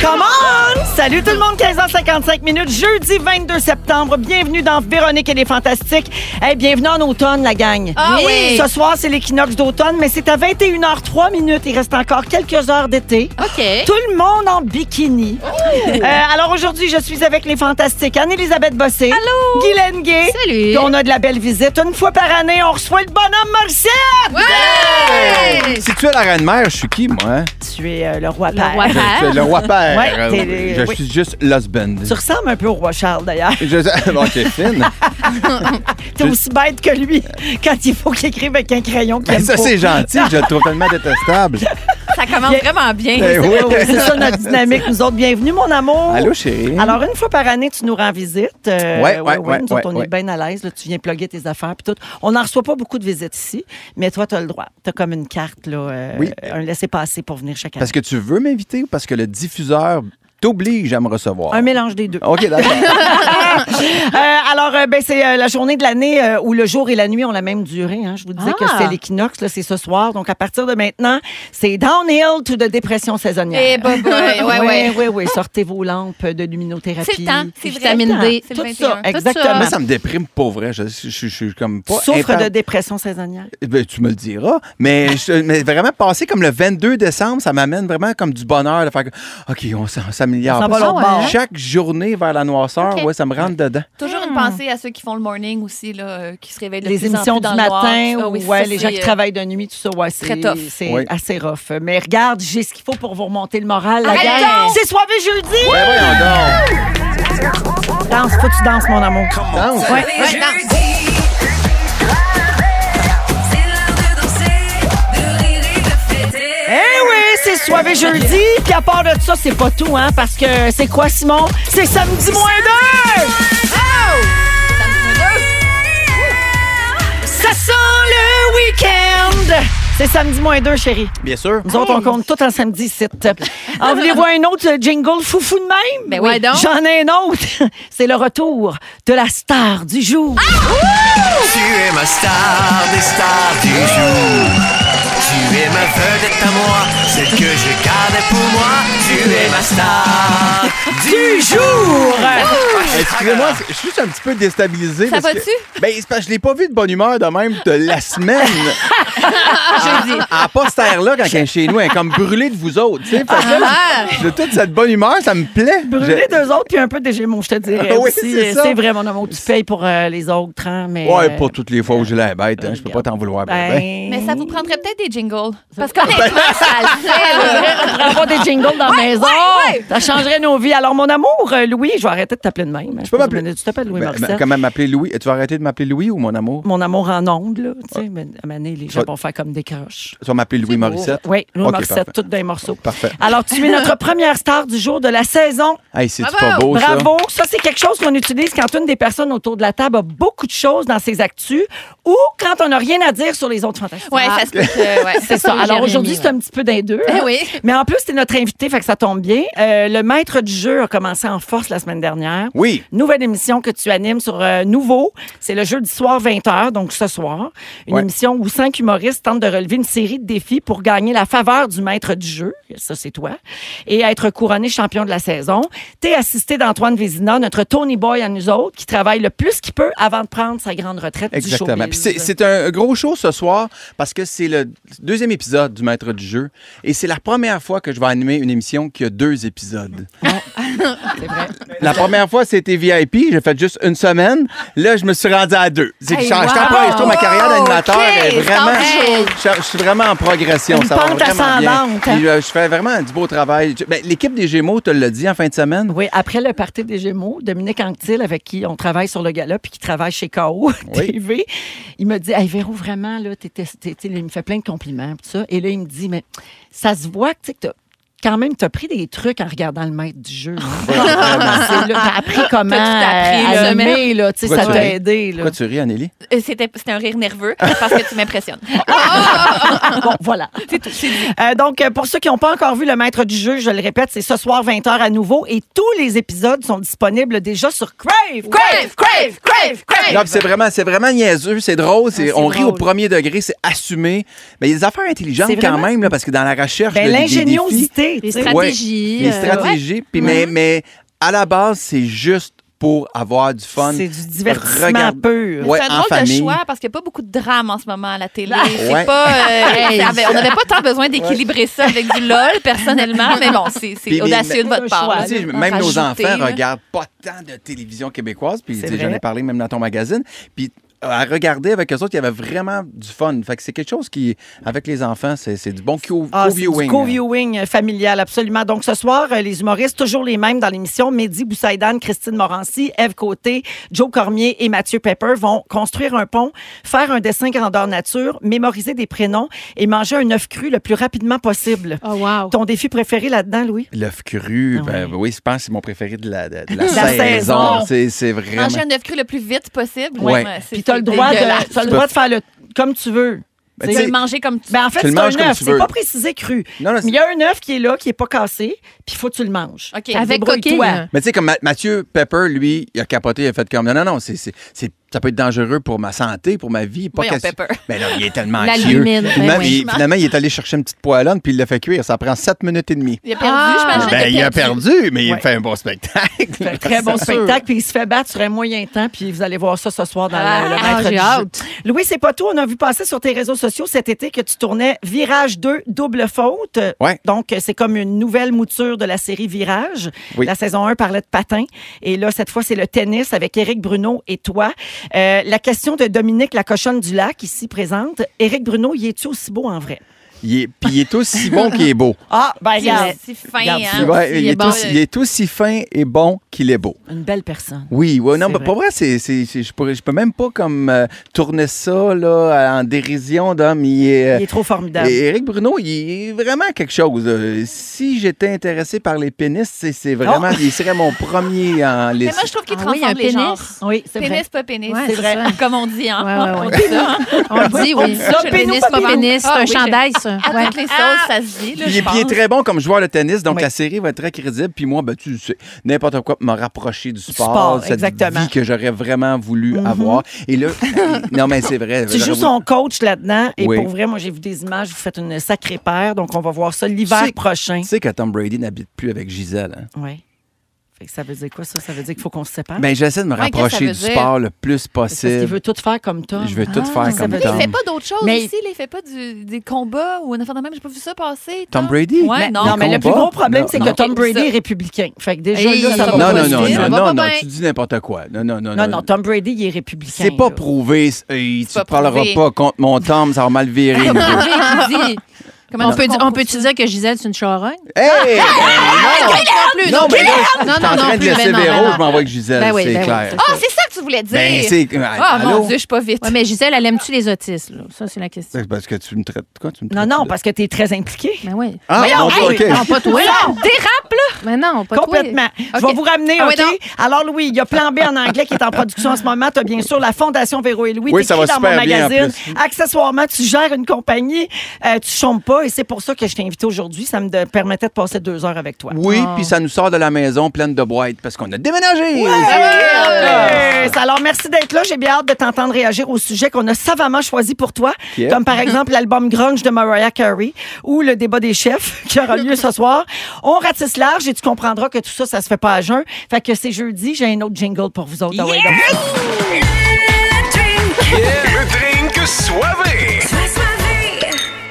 Come on! Salut tout le monde, 15h55 minutes, jeudi 22 septembre. Bienvenue dans Véronique et les Fantastiques. Hey, bienvenue en automne, la gang. Ah oui. Ce soir, c'est l'équinoxe d'automne, mais c'est à 21h03 minutes. Il reste encore quelques heures d'été. OK. Tout le monde en bikini. Oh. Euh, alors aujourd'hui, je suis avec les fantastiques Anne-Elisabeth Bossé. Allô? Guylaine Gay. Salut. Puis on a de la belle visite. Une fois par année, on reçoit le bonhomme Marcel. Ouais! Si tu es la reine-mère, je suis qui, moi? Tu es euh, le roi Le père. roi Je suis père. le roi-père. Ouais, Euh, t'es le- je oui. suis juste l'husband. Tu ressembles un peu au roi Charles, d'ailleurs. Je... Bon, OK, fine. T'es aussi bête que lui quand il faut qu'il écrive avec un crayon qu'il Mais aime Ben, ça, pas. c'est gentil. Je le trouve tellement détestable. Ça commence vraiment bien. Eh oui. Ben Oui, c'est ça notre dynamique, nous autres. Bienvenue, mon amour. Allô, chérie? Alors, une fois par année, tu nous rends visite. Euh, Ouais, ouais, ouais, nous autres, ouais, on est ouais. bien à l'aise. là. Tu viens plugger tes affaires puis tout. On n'en reçoit pas beaucoup de visites ici, mais toi, tu as le droit. Tu as comme une carte, là, euh, Oui. un laissez-passer pour venir chaque année. Parce que tu veux m'inviter ou parce que le diffuseur t'oblige à me recevoir? Un mélange des deux. OK, d'accord. Euh, alors, euh, ben, c'est euh, la journée de l'année euh, où le jour et la nuit ont la même durée. hein. Je vous disais que Ah. c'est l'équinoxe, là, c'est ce soir. Donc, à partir de maintenant, c'est downhill to the dépression saisonnière. Eh, bah, bah, ouais, oui, ouais. oui, oui. Sortez vos lampes de luminothérapie. C'est le temps, c'est vrai. vitamine D. C'est le Tout 21. ça, Tout ça. exactement. Moi, ça me déprime pour vrai. Je, je- je- je suis comme pas. Souffre impar- de dépression saisonnière. Ben, tu me le diras. Mais, je- mais vraiment, passer comme le 22 décembre, ça m'amène vraiment comme du bonheur de faire que, OK, on s'en- s'améliore. On s'en va Parce l'autre que bord. Chaque journée vers la noirceur, ouais, ça me rentre dedans. Toujours une pensée à ceux qui font le morning aussi, là, euh, qui se réveillent de les plus en émissions plus du dans le noir. matin, Ah ou, oui, ça, ouais, les c'est, gens qui euh, travaillent de nuit, tout ça, ouais, c'est très tough. c'est Oui. assez rough. Mais regarde, j'ai ce qu'il faut pour vous remonter le moral, la Allez gang. donc! C'est soirée jeudi! Ben, voyons donc. Danse, faut que tu danses, mon amour. Danse. Ouais. Ouais, non. Eh oui, c'est soirée jeudi. Puis à part de ça, c'est pas tout, hein, parce que c'est quoi, Simon? C'est samedi moins deux! euh, Ça sent le week-end! C'est samedi moins deux, chérie. Bien sûr. Nous autres, on compte tout en samedi, c'est En voulez-vous un autre jingle foufou de même? Ben oui. Ouais, donc. J'en ai un autre. C'est le retour de la star du jour. Tu es ma star des stars du jour. Tu es ma vedette à moi, celle que je gardais pour moi. Tu es ma star du jour! Ah, Excusez-moi, je suis juste un petit peu déstabilisé. Ça parce va-tu? que- Ben, c'est parce que je l'ai pas vu de bonne humeur de même de la semaine. Ah! Jeudi. À poster-là, quand elle est chez nous, elle est comme brûlée de vous autres. tu sais. Fait que là, Ah. j'ai toute cette bonne humeur, ça me plaît. Brûler Je- deux autres, puis un peu de gémeaux, je te dirais. Ah oui, aussi. c'est ça. c'est vrai, mon amour. Tu payes pour euh, les autres, hein, mais. Ouais, euh, pas toutes les fois où j'ai la bête, hein, je peux pas t'en vouloir. ben, ben. Ben, Mais ça vous prendrait peut-être des jingles. Parce qu'honnêtement, on pourrait avoir des jingles dans la maison. Ça changerait nos vies. Alors, mon amour, euh, Louis, je vais arrêter de t'appeler de même. Je peux pense m'appeler- que Tu t'appelles Louis Ben, Morissette. ben, comment m'appeler Louis? Tu vas arrêter de m'appeler Louis ou mon amour? Mon amour en ondes, là. Tu sais, mais à un moment donné, les gens Ouais. vont faire comme des croches. Tu vas m'appeler Louis Morissette? Oui, Louis Ok, Morissette, parfait. toutes d'un morceau. Parfait. Alors, tu es notre première star du jour de la saison. Hey, c'est Bravo! pas beau, ça? Bravo. Ça, c'est quelque chose qu'on utilise quand une des personnes autour de la table a beaucoup de choses dans ses actus ou quand on n'a rien à dire sur les autres fantastiques. Ouais, ça se peut. que- ouais, Ah. C'est ça. peut, Alors Jérémy, aujourd'hui, ouais. c'est un petit peu d'un deux. Eh hein. oui. Mais en plus, t'es notre invité, fait que ça tombe bien. Euh, le maître du jeu a commencé en force la semaine dernière. Oui. Nouvelle émission que tu animes sur euh, Nouveau. C'est le jeudi soir 20h, donc ce soir. Une Ouais. émission où cinq humoristes tentent de relever une série de défis pour gagner la faveur du maître du jeu. Ça, c'est toi. Et être couronné champion de la saison. T'es assisté d'Antoine Vézina, notre Tony Boy à nous autres, qui travaille le plus qu'il peut avant de prendre sa grande retraite du Exactement. showbiz. Puis c'est- c'est un gros show ce soir parce que c'est le deuxième épisode du Maître du jeu et c'est la première fois que je vais animer une émission qui a deux épisodes. La première fois, c'était VIP. J'ai fait juste une semaine. Là, je me suis rendu à deux. C'est que je, je wow! t'apprends, je trouve ma carrière d'animateur OK, est vraiment. c'est Je, je suis vraiment en progression. Une ça va pente vraiment bien. ascendante. hein? Puis, euh, je fais vraiment du beau travail. Je- ben, L'équipe des Gémeaux te l'a dit en fin de semaine. Oui, après le party des Gémeaux, Dominique Anctil, avec qui on travaille sur le gala puis qui travaille chez KO Oui. TV, il me dit Hey, Véro, vraiment, là, t'étais- t'étais- il me fait plein de compliments, puis tout ça. Et là, il me dit Mais ça se voit que tu sais, que t'as- quand même, tu as pris des trucs en regardant le maître du jeu. hein. Pourquoi C'est là, t'as appris comment appris, à là. nommer, là, tu sais, Pourquoi ça tu t'a ris? aidé. Là. tu ris, Anneli? Euh, C'était c'était un rire nerveux parce que tu m'impressionnes. bon, voilà. Euh, donc, euh, pour ceux qui n'ont pas encore vu Le Maître du Jeu, je le répète, c'est ce soir 20h à nouveau et tous les épisodes sont disponibles déjà sur Crave. Crave, crave, crave, crave. Non, puis c'est vraiment, c'est vraiment niaiseux, c'est drôle, c'est- Ah, c'est on rit au drôle. premier degré, c'est assumé. Mais il y a des affaires intelligentes C'est quand vraiment- même, là, parce que dans la recherche, Ben, là, des- des défis, L'ingéniosité. tu Les sais. stratégies. les euh, stratégies, puis mais, Mm-hmm. mais à la base, c'est juste pour avoir du fun. C'est du divertissement Regarde- pur. Ouais, c'est en un drôle famille. Bah, de choix parce qu'il n'y a pas beaucoup de drame en ce moment à la télé. Ouais. C'est pas, euh, ça avait- on n'avait pas tant besoin d'équilibrer ça avec du LOL, personnellement, mais bon, c'est c'est Puis, mais- audacieux de votre part. choix, Tu là, sais, de Ah, même nos euh, rajouter, enfants là. regardent pas tant de télévision québécoise, puis C'est tu sais, j'en vrai. ai parlé même dans ton magazine, puis euh, à regarder avec eux autres, il y avait vraiment du fun. Fait que c'est quelque chose qui, avec les enfants, c'est c'est du bon co- Ah, c'est du co-viewing. co-viewing euh, familial, absolument. Donc, ce soir, euh, les humoristes, toujours les mêmes dans l'émission, Mehdi Boussaïdan, Christine Morancy, Eve Côté, Joe Cormier et Mathieu Pepper vont construire un pont, faire un dessin grandeur nature, mémoriser des prénoms et manger un œuf cru le plus rapidement possible. Oh, wow. Ton défi préféré là-dedans, Louis? L'œuf cru, Ah ben oui, je pense que c'est mon préféré de la, de- de la De la saison. saison. C'est- C'est vraiment. Manger un œuf cru le plus vite possible. Ouais. c'est- Puis t'as le c'est droit dégueulasse. de, t'as le droit de faire le, comme tu veux. Tu Ben, tu peux sais, le manger comme tu Ben, en fait, Tu le c'est un manges comme œuf. tu C'est veux. pas précisé cru. Non, non, c'est- Mais il y a un œuf qui est là, qui est pas cassé, puis il faut que tu le manges. OK. Avec Débrouille-toi. coquille. mais tu sais, comme Ma- Mathieu Pepper, lui, il a capoté, il a fait comme non, non, non, c'est c'est- c'est- ça peut être dangereux pour ma santé, pour ma vie. Pas Voyons, qu'à- Pepper. Ben non, il est tellement L'albumine, anxieux. ben Finalement, oui. il- finalement, il est allé chercher une petite poêlonne puis il l'a fait cuire. Ça prend 7 minutes et demie. Il a perdu, Ah. j'imagine. Ben, il a perdu, mais Ouais. il fait un bon spectacle. Fait un très bon spectacle, puis il se fait battre sur un moyen temps, puis vous allez voir ça ce soir dans la- le maître Ah, du j'ai jeu. hâte. Louis, c'est pas tout. On a vu passer sur tes réseaux sociaux cet été que tu tournais Virage 2, double faute. Ouais. Donc, c'est comme une nouvelle mouture de la série Virage. Oui. La saison 1 parlait de patin. Et là, cette fois, c'est le tennis avec Éric Bruno et toi. Euh, la question de Dominique, la cochonne du lac, ici présente. Éric Bruno, y es-tu aussi beau en vrai? Il est, puis il est aussi bon qu'il est beau. Ah, ben, Il est regarde. si fin, Regarde, hein. Ouais, il il, est est bon. aussi, il est aussi fin et bon qu'il est beau. Une belle personne. Oui, ouais, non, C'est mais vrai. pour vrai, c'est, c'est, c'est- je, pourrais, je peux même pas comme euh, tourner ça là, en dérision d'homme. Il est, euh, Il est trop formidable. Eric Bruno, il est vraiment quelque chose. euh, Si j'étais intéressé par les pénis, c'est, c'est vraiment, il serait mon premier en Mais liste. moi, je trouve qu'il Ah oui, transforme un les genres. pénis. Oui, c'est vrai. Pénis, pas pénis. Ouais, c'est c'est vrai. ça. Comme on dit, hein. Ah, Ouais, ouais, ouais. On dit ça, hein. On dit, oui. ça, pénis, Pénis, pas pas pénis. C'est Ah, un oui, j'ai- chandail, ça. À Ouais. toutes les sauces, ça se dit. Là, Puis, je puis il est pense. très bon comme joueur de tennis, donc Oui. la série va être très crédible. Puis moi, ben, tu sais, n'importe quoi pour me rapprocher du sport, sport, cette exactement. vie que j'aurais vraiment voulu avoir. Et là, non, mais c'est vrai. Tu j'aurais joues voulu- son coach là-dedans. Et Oui. pour vrai, moi, j'ai vu des images. Vous faites une sacrée paire. Donc, on va voir ça l'hiver Tu sais- prochain. Tu sais que Tom Brady n'habite plus avec Gisèle. Hein? Oui. Fait que ça veut dire quoi, ça? Ça veut dire qu'il faut qu'on se sépare. Ben, j'essaie de me Ouais, qu'est-ce que ça rapprocher veut du dire? sport le plus C'est parce qu'il possible. veut tout faire comme toi. Je veux tout faire ça comme veut Mais Tom. il fait pas d'autres choses Mais- aussi. là. Il fait pas du- des combats ou une affaire de même. J'ai pas vu ça passer. Tom Brady? Ouais, Mais- non, non. mais Combat? le plus gros problème, Non, c'est que non. Tom Brady Ça- est républicain. Fait que déjà, Hey, là, ça ça va Non, va pas non, se non, dire. non, va non, pas non, bien. tu dis n'importe quoi. Non, non, Non, non, non. non, Tom Brady, il est républicain. C'est pas là. prouvé. c'est- euh, tu pas ne parleras prouvé. pas contre mon Tom, ça va mal virer. nous deux. Dis. on peut, on peut-tu dire que Gisèle, c'est une charogne? hey! Non plus, non, mais là, je suis en Non, non, train non de plus, laisser ben non, ben Véro, non. je m'envoie avec Gisèle, Ben oui, c'est ben oui, clair. c'est Ah, ça. c'est ça que tu voulais dire. Ben, c'est... Ah, allô? mon Dieu, je suis pas vite. Ouais, mais Gisèle, elle aime-tu les autistes? là? Ça, c'est la question. C'est parce que tu me traites... Quoi, tu me Non, traites non, ben, de- parce que t'es très impliqué. Ben oui. Ah, non, ça, OK. Non, pas toi. là. Dérape, là! Mais non, pas toi. Complètement. Je vais vous ramener, Ah OK? ouais, donc. Alors, Louis, il y a Plan B en anglais qui est en production en ce moment. Tu as bien sûr la Fondation Véro et Louis. Oui, T'écris ça va dans super mon bien, en magazine. Accessoirement, tu gères une compagnie. euh, tu chômes pas et c'est pour ça que je t'ai invité aujourd'hui. Ça me de- permettait de passer deux heures avec toi. Oui, Ah. puis ça nous sort de la maison pleine de boîtes parce qu'on a déménagé. Yes! Alors, merci d'être là. J'ai bien hâte de t'entendre réagir au sujet qu'on a savamment choisi pour toi, Yep. comme par exemple l'album Grunge de Mariah Carey ou le débat des chefs qui aura lieu ce soir. On ratisse large et tu comprendras que tout ça, ça se fait pas à jeun. Fait que c'est jeudi, j'ai un autre jingle pour vous autres. Ah ouais, donc. Le drink soivé.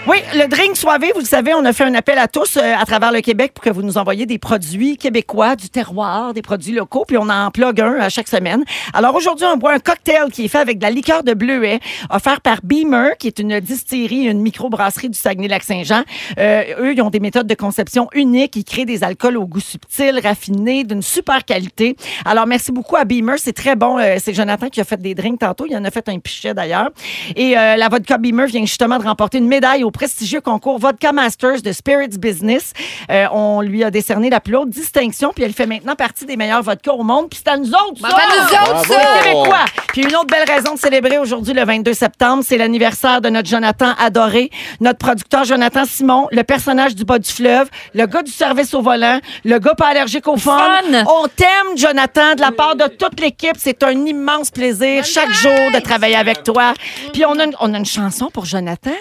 Oui, le drink soivé, vous le savez, on a fait un appel à tous euh, à travers le Québec pour que vous nous envoyiez des produits québécois, du terroir, des produits locaux, puis on en plug un à chaque semaine. Alors aujourd'hui, on boit un cocktail qui est fait avec de la liqueur de bleuet, offert par Beamer, qui est une distillerie, une microbrasserie du Saguenay-Lac-Saint-Jean. Euh, eux, ils ont des méthodes de conception uniques, ils créent des alcools au goût subtil, raffiné, d'une super qualité. Alors merci beaucoup à Beamer, c'est très bon. Euh, c'est Jonathan qui a fait des drinks tantôt, il en a fait un pichet d'ailleurs. Et euh, la vodka Beamer vient justement de remporter une médaille au au prestigieux concours Vodka Masters de Spirits Business. Euh, on lui a décerné la plus haute distinction, puis elle fait maintenant partie des meilleurs vodkas au monde. Puis c'est à nous autres, ça! Bravo à nous autres, Bravo! ça! Les Québécois. Puis une autre belle raison de célébrer aujourd'hui, le 22 septembre, c'est l'anniversaire de notre Jonathan adoré, notre producteur Jonathan Simon, le personnage du bas du fleuve, le gars du service au volant, le gars pas allergique au fun. Fun! On t'aime, Jonathan, de la part de toute l'équipe. C'est un immense plaisir chaque jour de travailler avec toi. Puis on a une, on a une chanson pour Jonathan.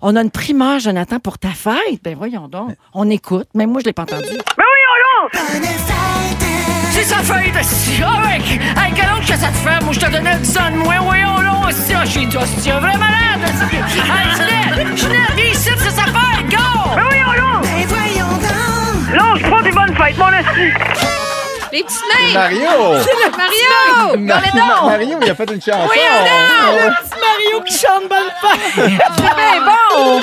On a une primeur, Jonathan, pour ta fête. Ben voyons donc. On écoute. Même moi, je l'ai pas entendu. C'est sa fête, si avec! Hey, quel oncle que ça te fait? Moi, je te donnais 10 ans de moins. Voyons, là, aussi, ah, chez toi, si tu es vraiment malade! hostie. Hey, Ginette! Ginette, viens ici, c'est sa fête, go! Ben oui, Les petites mains! Mario! Mario! Ma- Regardez Ma- donc! Mario, il a fait une chanson. Oh, petit Mario qui chante bonne fête! C'est Ben, bien bon!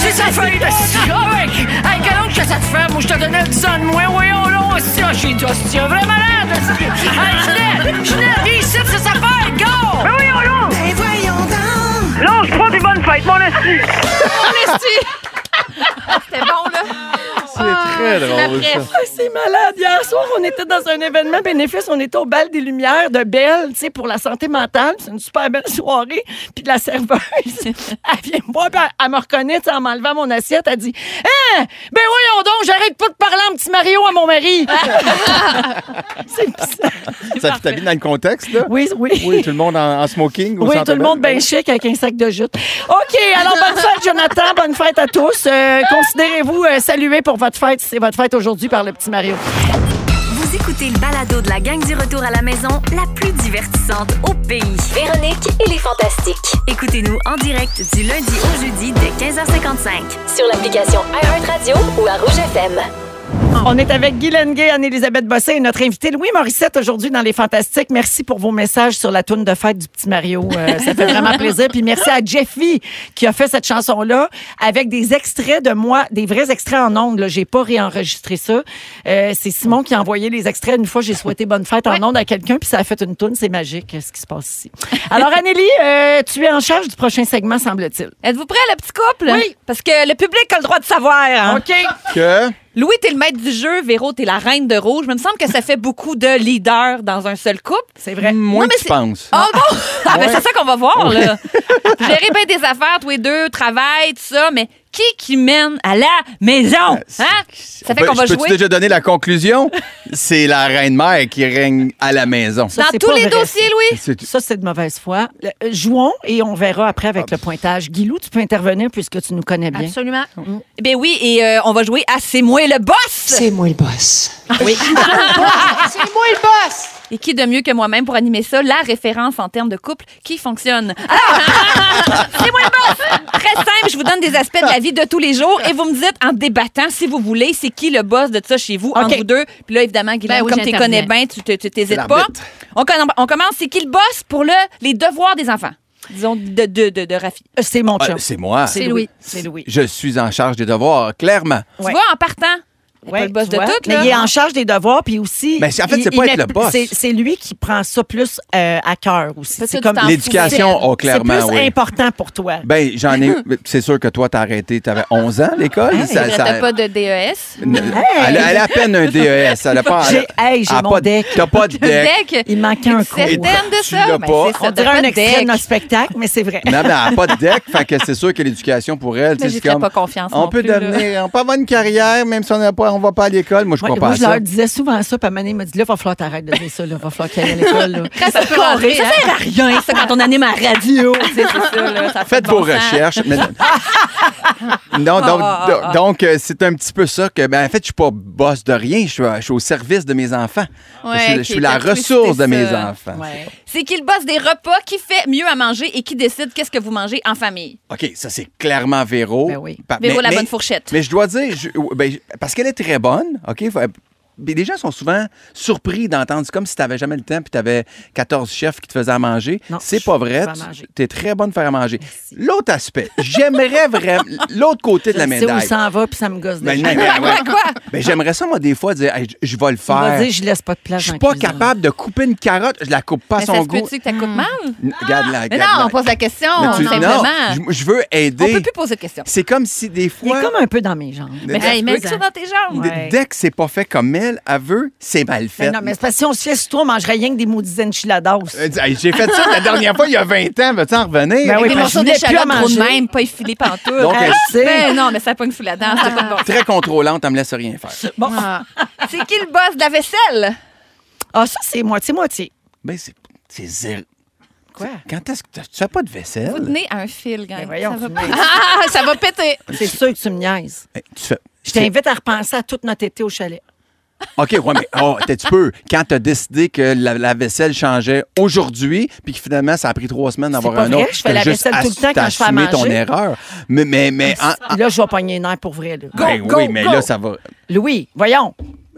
C'est sa fête, si avec! Hey, quel oncle que ça te fait? Moi, je te donnais 10 ans de moins. Voyons, là, aussi, ah, chez toi, si tu es vraiment malade! hostie. Hey, Ginette! Ginette, viens ici, c'est sa fête, go! Ben oui, C'était bon, là! C'est très drôle, ça. Ah, c'est malade. Hier soir, on était dans un événement bénéfice. On était au bal des Lumières de Belle, tu sais, pour la santé mentale. C'est une super belle soirée. Puis la serveuse, elle vient me voir, puis elle, elle me reconnaît, tu sais, en m'enlevant mon assiette. Elle dit Hein, ben voyons donc, j'arrête pas de parler en petit Mario à mon mari. c'est bizarre. Ça fit bien dans le contexte, là? Oui, oui. Oui, tout le monde en, en smoking. au Oui, Centre tout le Bell. monde ben- bien chic avec un sac de jute. OK, alors bonne fête, Jonathan. Bonne fête à tous. Euh, Considérez-vous euh, salués pour votre fête si c'est votre fête aujourd'hui par le petit Mario. Vous écoutez le balado de la gang du retour à la maison, la plus divertissante au pays. Véronique et les Fantastiques. Écoutez-nous en direct du lundi au jeudi dès 15h55. Sur l'application iHeartRadio ou à Rouge FM. On est avec Guy Lenguet, Anne-Élisabeth Bossé et notre invité Louis Morissette aujourd'hui dans Les Fantastiques. Merci pour vos messages sur la toune de fête du petit Mario. Euh, ça fait vraiment plaisir. Puis merci à Jeffy qui a fait cette chanson-là avec des extraits de moi, des vrais extraits en ondes. là. J'ai pas réenregistré ça. Euh, c'est Simon qui a envoyé les extraits. Une fois, j'ai souhaité bonne fête en ondes à quelqu'un puis ça a fait une toune. C'est magique euh, ce qui se passe ici. Alors, Anélie, euh, tu es en charge du prochain segment, semble-t-il. Êtes-vous prêt, le petit couple? Oui. Parce que le public a le droit de savoir. hein. OK. Que... Louis, t'es le maître du jeu. Véro, t'es la reine de rouge. Mais il me semble que ça fait beaucoup de leaders dans un seul couple. C'est vrai. Non, Moins mais que tu c'est- penses. Oh bon! Ah, ben, Ouais. c'est ça qu'on va voir, là. Gérer bien des affaires, tous les deux, travail, tout ça, mais qui qui mène à la maison? Ben, Hein? Ça fait Pe- qu'on va Peux-tu jouer. déjà donner la conclusion? C'est la reine-mère qui règne à la maison. Ça, Dans c'est tous pas les vrai, dossiers, Louis. C'est- Ça, c'est de mauvaise foi. Le- euh, jouons et on verra après Ah, avec le pointage. Guilou, tu peux intervenir puisque tu nous connais bien. Absolument. Ben oui, et euh, on va jouer à C'est moi le boss! C'est moi le boss. Oui. C'est moi le boss! Et qui de mieux que moi-même pour animer ça? La référence en termes de couple qui fonctionne. Alors, c'est moi le boss! Très simple, je vous donne des aspects de la vie de tous les jours et vous me dites en débattant, si vous voulez, c'est qui le boss de ça chez vous, entre OK. vous deux. Puis là, évidemment, Guillaume, Ben oui, comme tu les j'interviens. connais bien, tu te- tu t'hésites C'est pas. l'arbitre. On, con- on commence, c'est qui le boss pour le, les devoirs des enfants? Disons de, de, de, de Rafi. Euh, C'est mon Ah, chum. c'est moi. C'est Louis. C'est Louis. Je suis en charge des devoirs, clairement. Ouais. Tu vois, en partant, il est Ouais, pas le boss tu de vois. tout. Mais là. il est en charge des devoirs, puis aussi. Mais Ben, c'est- en fait, il- c'est pas il être met- le boss. c'est- C'est lui qui prend ça plus euh, à cœur aussi. Peut-être C'est du comme temps. L'éducation, oh, c'est plus clairement, oui. important pour toi. Ben, j'en ai. C'est sûr que toi, t'as arrêté. T'avais 11 ans, l'école. ça- T'as ça- pas de E DES. N- Elle, a- elle a à peine un DES. Elle a pas. J'ai- hey, j'ai elle a mon pas de- deck. T'as pas de deck. Deck. Il manquait un cours. certaine de Tu ça. l'as Ben, pas. c'est ça, On t'as dirait pas un de extrait de deck. notre spectacle, mais c'est vrai. Non, mais elle n'a pas de deck, fait que c'est sûr que l'éducation pour elle, Mais c'est j'y ferais comme- pas confiance On non peut plus, là. devenir, on peut avoir une carrière, même si on n'a pas, on va pas à l'école. Moi, je Ouais, comprends moi, pas je ça. leur disais souvent ça, puis Mané m'a dit là, va falloir t'arrêtes de dire ça, là, va falloir qu'elle aille à l'école. là. Quand ça peut rentrer, hein. sert à rien, ça, quand on anime à la radio. C'est ça, là, ça a pas Faites de vos bon sens. recherches. mais- non, donc, do- donc euh, c'est un petit peu ça que, ben, en fait, je suis pas boss de rien. Je suis, euh, je suis au service de mes enfants. Ouais, je suis, je ok, suis la t'as twisté ressource de ça. mes enfants. C'est qui le boss des repas, qui fait mieux à manger et qui décide qu'est-ce que vous mangez en famille. OK, ça, c'est clairement Véro. Ben oui. Pa- Véro, la bonne fourchette. Mais je dois dire, je- ben, parce qu'elle est très bonne, OK? fa- puis les gens sont souvent surpris d'entendre C'est comme si tu n'avais jamais le temps puis tu avais 14 chefs qui te faisaient à manger. Non, C'est je pas suis vrai. bonne à manger. Tu es très bonne à faire à manger. L'autre aspect, j'aimerais vraiment l'autre côté de la C'est où il médaille. s'en va, puis ça me gosse Ben, déjà. non, ben, ouais. Ben, j'aimerais ça, moi, des fois, dire Hey, je- je vais le On va faire. dire, je laisse pas de place. Je suis dans la pas cuisine. capable de couper une carotte, je la coupe pas à Mais son ça se goût. peut-tu que tu coupes mal? N- Regarde la Mais regarde non, la- on pose la question, Mais tu- simplement. non, je- je On veux peut aider. plus poser de questions. C'est comme si des Il est fois, comme un peu dans mes jambes. Mais Hey, mais mets ça hein. ça. dans tes jambes. d- Ouais. dès que c'est pas fait comme elle, elle veut, c'est mal Mais fait. Ben non, mais c'est parce que si on se fiait sur toi, on mangerait rien que des maudits enchiladas. Elle dit, Hey, J'ai fait ça la dernière fois, il y a 20 ans, veux-tu en revenir? Ben oui, Avec parce des que morceaux je voulais plus d'échalote à trop de manger. même, pas effilés Hein? pantoute. Donc, elle- mais non, mais ça pogne sous la dent. c'est pas de bon. Très contrôlante, elle me laisse rien faire. C'est qui le boss de la vaisselle? Ah, ça, c'est moitié-moitié. Ben, c'est c'est zéro. Quoi? Quand est-ce que t'as- tu fais pas de Vous vaisselle? tenez à un fil, gang. Ben voyons, ça va tu pas. me- Ah, ça va péter. C'est sûr que tu me niaises. Ben, tu fais. Je t'invite à repenser à toute notre été au chalet. OK, ouais, mais oh, t'es- tu peux. Quand t'as décidé que la, la vaisselle changeait aujourd'hui, puis que finalement, ça a pris trois semaines d'avoir pas un vrai, autre, je fais la t'as juste vaisselle tout le temps quand je fais à assumé ton manger. Ah, erreur. Mais, mais, mais, en- en- Là, je vais pogner les nerfs pour vrai. Là. Ah. Ben oui, mais là, ça va. Louis, voyons.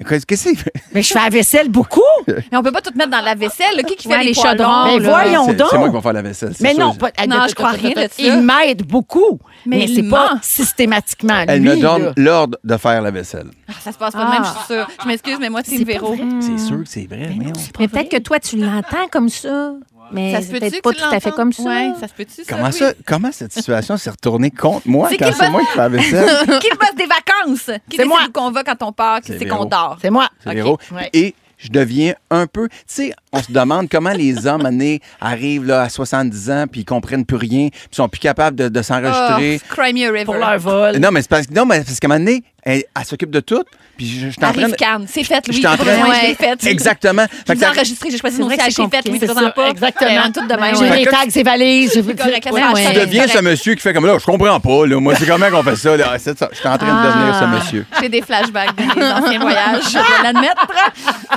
Qu'est-ce que c'est? Mais je fais la vaisselle beaucoup. Mais on peut pas tout mettre dans la vaisselle. là. Qui qui fait Ouais, les les poêlons? chaudrons, Mais là. voyons C'est donc. c'est moi qui vais faire la vaisselle. c'est Mais sûr. non, pas, Non, je crois rien de ça. Il m'aide beaucoup. Mais Mais, il c'est pas ment. systématiquement. Elle Lui, me donne là. l'ordre de faire la vaisselle. Ah, ça se passe pas de même, je suis sûre. Je m'excuse, mais moi, c'est Véro. Hmm. C'est sûr que c'est vrai. mais on- Mais peut-être que toi, tu l'entends comme ça. Mais Ça se c'est peut-tu peut-être que pas tu tout à fait l'entendes? comme ça. Ouais, ça se peut-tu, ça? Comment, oui. ça, comment cette situation s'est retournée contre moi C'est quand qui le c'est ben bon- moi qui fais la vaisselle? Qui le boss des vacances? Qui C'est décide moi. où qu'on va quand on part? Qui C'est c'est qu'on Véro. dort? C'est moi. C'est Véro. Ouais. Et je deviens un peu. Tu sais, on se demande comment les hommes années arrivent là, à 70 ans, puis ils comprennent plus rien, puis ils sont plus capables de, de s'enregistrer. Oh, Cry Me a River. Pour leur vol. Non, mais c'est parce, que- non, mais parce qu'à un moment donné, elle, elle s'occupe de tout, puis je, je suis en train Arrive de- calme. C'est fait, Je Louis. suis en Pas besoin, train- je l'ai fait. Exactement. Je Fait vous que ai ça- enregistré, j'ai choisi C'est mon vrai que siège, c'est j'ai fait, Louis, compliqué. je ça, présente pas. exactement. Euh, Tout de même. J'ai Fait les que- tags, et valises. j'ai- C'est correct, Ouais, ça, ouais. Tu Ouais. deviens ce monsieur qui fait comme là, je comprends pas, là. Moi, c'est comment qu'on fait ça, là? Ah, C'est ça. Je suis en train de devenir Ah. ce monsieur. J'ai des flashbacks de mes anciens voyages, je dois l'admettre.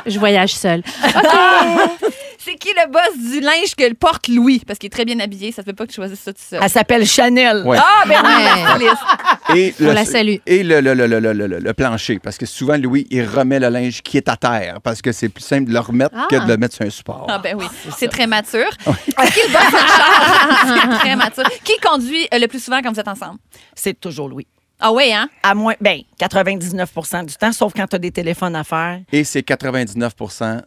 Je voyage seule. C'est qui le boss du linge que porte Louis? Parce qu'il est très bien habillé, ça ne fait pas que tu choisisses ça tout seul. Elle s'appelle Chanel. Ouais. Ah, ben oui, Ouais. la liste. Et Ah, On la salue. Et le, le, le, le, le, le- le plancher. Parce que souvent, Louis, il remet le linge qui est à terre. Parce que c'est plus simple de le remettre que de le mettre sur un support. Ah, ben oui, c'est très mature. C'est qui le boss en charge? C'est très mature. Qui conduit euh, le plus souvent quand vous êtes ensemble? C'est toujours Louis. Ah oui, hein? À moins, ben, 99 du temps, sauf quand tu as des téléphones à faire. Et c'est 99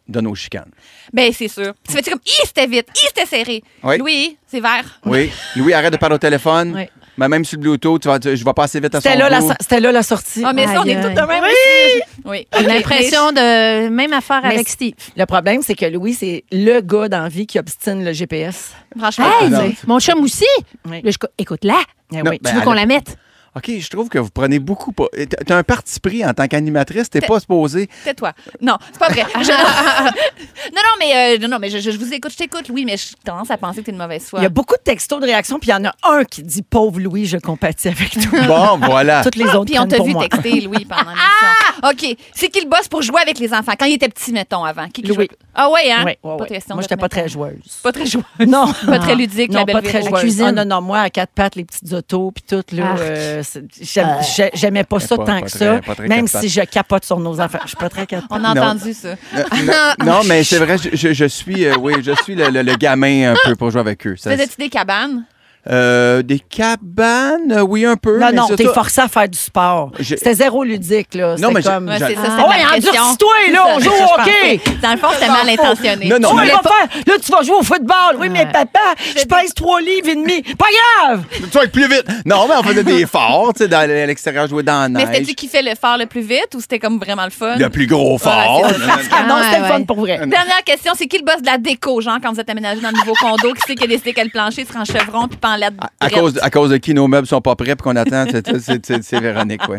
de nos chicanes. Ben c'est sûr. Tu fais-tu comme, hi, c'était vite, hi, c'était serré. Oui. Louis, c'est vert. Oui. Louis, arrête de parler au téléphone. Oui. Mais même sur le Bluetooth, tu vas, tu- je vais passer vite à son C'était là, la goût. so- c'était là la sortie. Ah, mais ça, on Aïe, est toutes aïe. de même. Oui! Oui. J'ai l'impression de même affaire Mais avec c'est- Steve. Le problème, c'est que Louis, c'est le gars d'envie qui obstine le GPS. Franchement. Hey, Ah, non, c'est- mon chum aussi. Oui. Là, je co- Écoute-la. Eh Non, oui. ben, tu veux elle- qu'on la mette? OK, je trouve que vous prenez beaucoup pas. T'as un parti pris en tant qu'animatrice. T'es pas supposé. Tais-toi. Non, c'est pas vrai. Je- non, non, mais, euh, non, non, mais je, je- je vous écoute, je t'écoute, Louis, mais j'ai tendance à penser que t'es de mauvaise foi. Il y a beaucoup de textos de réaction, puis il y en a un qui dit Pauvre Louis, je compatis avec toi. Bon, voilà. Toutes les autres Ah, Puis on prennent t'a pour vu moi. texter, Louis, pendant l'émission. OK. C'est qui le boss pour jouer avec les enfants? Quand il était petit, mettons, avant. Qui qui Louis. jouait- Ah ouais, hein? Ouais, ouais, Pas ouais. question Moi, de j'étais te pas mettre en- très joueuse. Pas très joué. Non. Pas très ludique, non, la belle pas très Véro. joueuse. cuisine. Ah non, non, moi, à quatre pattes, les petites autos, puis tout, là, Arc. euh, c'est- j'aime- j'ai- j'aimais pas ça Pas- tant pas que très- ça, pas très même quatre si je capote sur nos enfants. Je suis pas très quatre pattes. On a Non. entendu ça. Euh, Ah. non, non, mais c'est vrai, je, je- je suis, euh, oui, je suis le, le- le gamin un peu pour jouer avec eux. Ça- Faisais-tu des cabanes? euh, des cabanes, euh, oui, un peu. Non, mais non, c'est t'es ça. forcé à faire du sport. J'ai- C'était zéro ludique, là. Non, C'était mais j'ai- comme... Ouais, Je- c'est ça, Ah c'était ouais, ma question. endurcis-toi, là, on C'est ça, joue au c'est ça, hockey. je pensais. Dans le fond, c'était mal intentionné. Non, non, Tu mais- veux pas faire- Là, tu vas jouer au football. Oui, mais papa, je pèse trois livres et demi. Pas grave! Tu vas être plus vite. Non, mais on faisait des efforts, tu sais, dans- à l'extérieur, jouer dans la Mais neige. c'était-tu qui fait le fort le plus vite ou c'était comme vraiment le fun? Le plus gros fort. c'est ça. Ah, non, ouais, c'était le fun ouais. pour vrai. Dernière question, c'est qui le boss de la déco, genre, quand vous êtes aménagé dans le nouveau condo, qui c'est qui a décidé que le plancher sera en chevron puis pas en lettres? À, à cause, à cause de qui nos meubles sont pas prêts puis qu'on attend, c'est- c'est- c'est c'est- c'est Véronique, oui.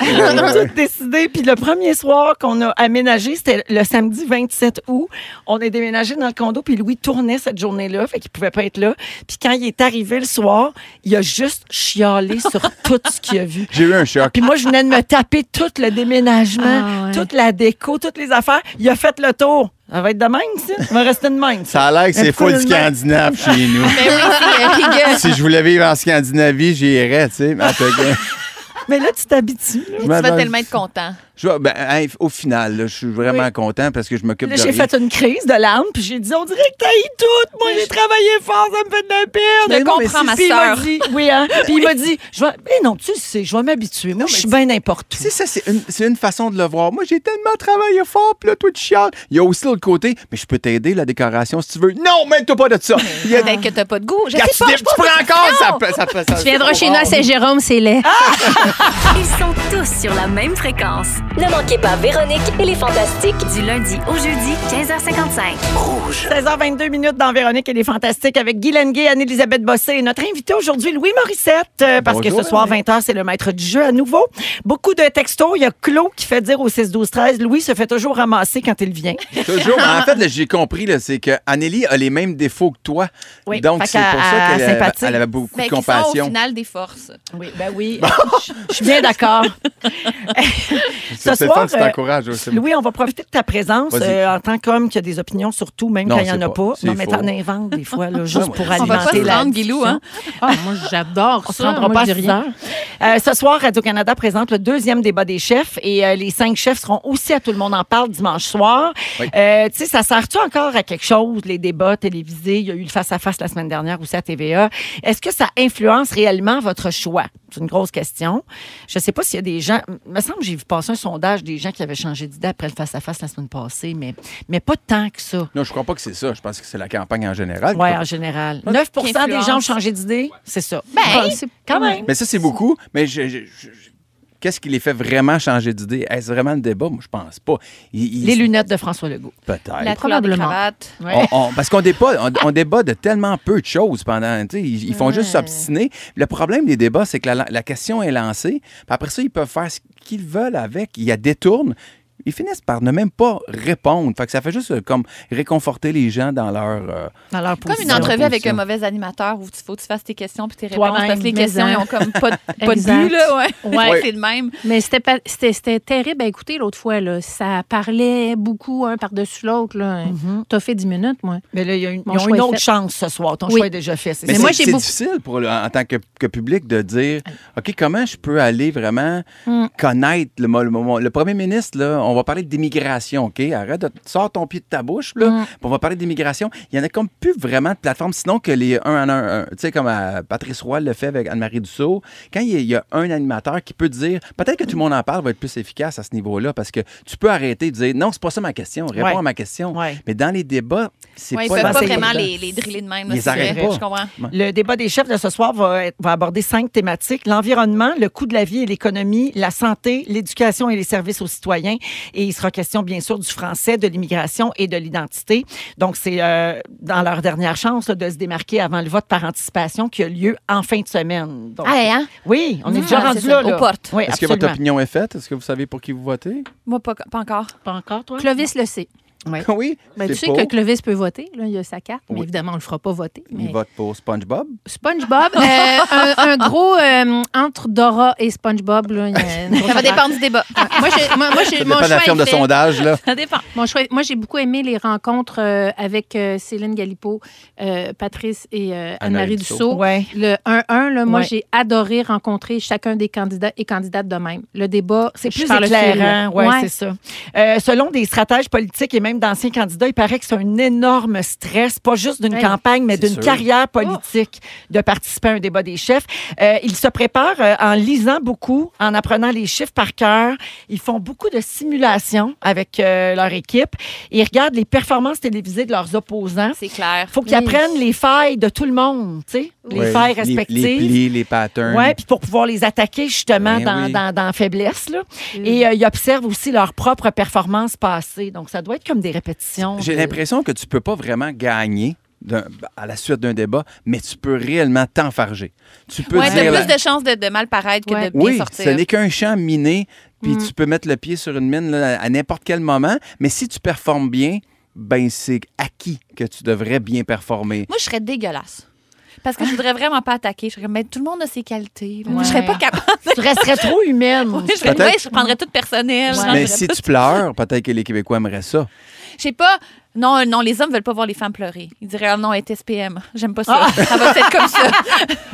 On a tout décidé. Puis le premier soir qu'on a aménagé, c'était le samedi 27 août. On est déménagé dans le condo, puis Louis tournait cette journée-là, fait qu'il pouvait pas être là. Puis quand il est arrivé le soir, il a juste chialé sur tout ce qu'il a vu. J'ai eu un choc. Puis moi, je venais de me taper tout le déménagement, Ah ouais. toute la déco, toutes les affaires. Il a fait le tour. Ça va être de même, ça. Ça va rester de même. Ça a l'air que c'est Mais pourquoi full le même? scandinave chez nous. Mais oui, c'est, euh, Riga. si je voulais vivre en Scandinavie, j'y irais, tu sais. mais en tout cas, Mais là, tu t'habitues. là. je Tu vas Ah, m'adore. tellement être content. Je Je vais- ben, hey, au final, là, je suis vraiment content parce que je m'occupe de Là, j'ai rien. fait une crise de larmes, puis j'ai dit, on dirait que t'as eu tout. Moi, j'ai travaillé fort, ça me fait de la peine. Je Mais non, mais comprends, si- ma puis il m'a sœur. dit- Oui, hein? Puis il m'a dit, je vais, eh non, tu sais, je vais m'habituer. Moi, je suis bien n'importe où. C'est ça, c'est une, c'est une façon de le voir. Moi, j'ai tellement travaillé fort, puis là, toi, tu chiales. Il y a aussi l'autre côté, mais je peux t'aider, la décoration, si tu veux. Non, mais toi pas de ça. Il y a- Peut-être que t'as pas de goût. Je sais Quand tu, pas, dé- je pense tu prends que- encore, ça peut. Ça peut ça, Tu viendras chez nous à Saint-Jérôme, c'est laid. Ils sont tous sur la même fréquence. Ne manquez pas Véronique et les Fantastiques. Du lundi au jeudi, 15h55. 16h22 minutes dans Véronique et les Fantastiques avec Guy Lenguet, Anne-Elisabeth Bossé et notre invité aujourd'hui, Louis Morissette. euh, parce Bonjour, que ce soir, 20h, c'est le maître du jeu à nouveau. Beaucoup de textos. Il y a Claude qui fait dire au 6-12-13, Louis se fait toujours ramasser quand il vient. Toujours. Mais en fait, là, j'ai compris, là, c'est que Anneli a les mêmes défauts que toi. Oui, Donc, fait c'est qu'elle- pour ça qu'elle elle avait- sympathise. elle avait beaucoup Ben, de qui sont au compassion. final des forces. Oui, ben oui. Je- Je suis bien d'accord. C'est Ce le fun, soir, tu euh, t'encourages aussi. Louis, on va profiter de ta présence Vas-y. euh, en tant qu'homme qui a des opinions sur tout, même Non, quand il n'y en c'est a pas- pas. c'est Non, mais t'en faux. inventes des fois, là, juste pour ouais. On va pas alimenter se la rendre, Guilou, hein? Ah, moi, j'adore On se rendra pas à 6 heures. Euh, ce soir, Radio-Canada présente le deuxième débat des chefs et euh, les cinq chefs seront aussi à Tout le monde en parle dimanche soir. Oui. Euh, tu sais, ça sert-tu encore à quelque chose, les débats télévisés? Il y a eu le face-à-face la semaine dernière aussi à TVA. Est-ce que ça influence réellement votre choix? C'est une grosse question. Je sais pas s'il y a des gens... Il me semble que j'ai vu passer un sondage des gens qui avaient changé d'idée après le face-à-face la semaine passée, mais, mais pas tant que ça. Non, je crois pas que c'est ça. Je pense que c'est la campagne en général. Oui, en général. 9 des gens ont changé d'idée, c'est ça. Ben, quand même. Mais ça, c'est beaucoup. Mais je- je- je- je- qu'est-ce qui les fait vraiment changer d'idée? Est-ce vraiment le débat? Moi, je pense pas. Ils- ils- Les lunettes de François Legault. Peut-être. La couleur des probablement. cravates. On- on- parce qu'on débat, on, on débat de tellement peu de choses pendant. tu sais, Ils, ils font juste s'obstiner. Le problème des débats, c'est que la, la question est lancée. Puis après ça, ils peuvent faire ce qu'ils veulent avec. Ils la détournent. Ils finissent par ne même pas répondre. Fait que ça fait juste euh, comme réconforter les gens dans leur. euh, Dans leur Comme une position. entrevue position. avec un mauvais animateur où il faut que tu fasses tes questions puis tes réponses Toi-même, parce que les mais questions en- ils ont comme pas de, pas de Exact. but là, ouais. Ouais. c'est le même. Mais c'était pas- c'était c'était terrible à écouter l'autre fois. Là. Ça parlait beaucoup un par-dessus l'autre. là. Mm-hmm. T'as fait 10 minutes, moi. Mais là, il y a une, Mon ils ont choix une est autre fait. chance ce soir. Ton Oui. choix est déjà fait. c'est Mais, ça. c'est, moi, j'ai c'est beaucoup- difficile pour le- en tant que, que public de dire OK, comment je peux aller vraiment connaître le, mo- le moment- le premier ministre, là, on va parler d'immigration, OK? Arrête de sors ton pied de ta bouche, là, puis on va parler d'immigration. Il y en a comme plus vraiment de plateformes, sinon que les un en un, un. tu sais, comme euh, Patrice Roy le fait avec Anne-Marie Dussault. Quand il y, a, il y a un animateur qui peut dire peut-être que tout le monde en parle va être plus efficace à ce niveau-là, parce que tu peux arrêter de dire non, c'est pas ça ma question, réponds Ouais. à ma question. Ouais. Mais dans les débats, c'est Ouais, ils pas peuvent la pas même vraiment chose. les, les driller de même. là, Ils c'est arrêtent vrai, pas. Je comprends. Le débat des chefs de ce soir va, être- va aborder cinq thématiques. L'environnement, le coût de la vie et l'économie, la santé, l'éducation et les services aux citoyens. Et il sera question, bien sûr, du français, de l'immigration et de l'identité. Donc, c'est euh, dans leur dernière chance là, de se démarquer avant le vote par anticipation qui a lieu en fin de semaine. Donc, Ah, hein? Oui, on est Mmh, déjà c'est rendu ça, là. aux là. portes. Oui, Est-ce que absolument. votre opinion est faite? Est-ce que vous savez pour qui vous votez? Moi, pas, pas encore. Pas encore, toi? Clovis le sait. Oui. Ben, tu c'est sais pour. que Clovis peut voter. Là, il a sa carte. Mais Oui. évidemment, on le fera pas voter. Il mais- vote pour SpongeBob. SpongeBob, euh, un, un gros euh, entre Dora et SpongeBob. Là, il y a une grosse Ça va affaire. dépendre du débat. Ouais. Moi, j'ai- moi, moi, j'ai- Ça mon dépend de la choix firme de est fait. sondage, là. Ça dépend. Mon choix- moi, j'ai beaucoup aimé les rencontres euh, avec euh, Céline Galipo, euh, Patrice et euh, Anne-Marie Dussault. Ouais. Le 1-1, là, moi, Ouais. j'ai adoré rencontrer chacun des candidats et candidates de même. Le débat, C'est je plus pars le fil, éclairant, là. ouais, Ouais. c'est ça. Euh, selon des stratèges politiques et même d'anciens candidats, il paraît que c'est un énorme stress, pas juste d'une Ouais. Oh! campagne, mais C'est d'une sûr. carrière politique, de participer à un débat des chefs. Euh, ils se préparent euh, en lisant beaucoup, en apprenant les chiffres par cœur. Ils font beaucoup de simulations avec euh, leur équipe. Ils regardent les performances télévisées de leurs opposants. C'est clair. Il faut qu'ils Oui. apprennent les failles de tout le monde, tu sais, les Ouais. failles les- respectives. Les plis, les patterns. Oui, puis pour pouvoir les attaquer justement Ben dans, oui. dans, dans la faiblesse. Là. Et euh, ils observent aussi leur propre performance passée. Donc, ça doit être comme des répétitions. Euh, J'ai de- l'impression que tu peux pas vraiment gagner d'un- à la suite d'un débat, mais tu peux réellement t'enfarger. Tu peux Ouais, dire... t'as la- plus de chances de, de mal paraître que Ouais. de bien Oui, sortir. ce n'est qu'un champ miné, puis tu peux mettre le pied sur une mine là, à n'importe quel moment, mais si tu performes bien, ben c'est acquis que tu devrais bien performer. Moi, je serais dégueulasse. Parce que je voudrais vraiment pas attaquer. Je serais comme, mais tout le monde a ses qualités. là. Ouais. Je serais pas capable. Tu resterais trop humaine. Je, serais- Peut-être. ouais, je prendrais tout personnel. Ouais. Non, Mais je- si tu pleures, peut-être que les Québécois aimeraient ça. Je sais pas. Non, non, les hommes veulent pas voir les femmes pleurer. Ils diraient, ah non, elle est SPM. J'aime pas ça. Ça va être comme ça.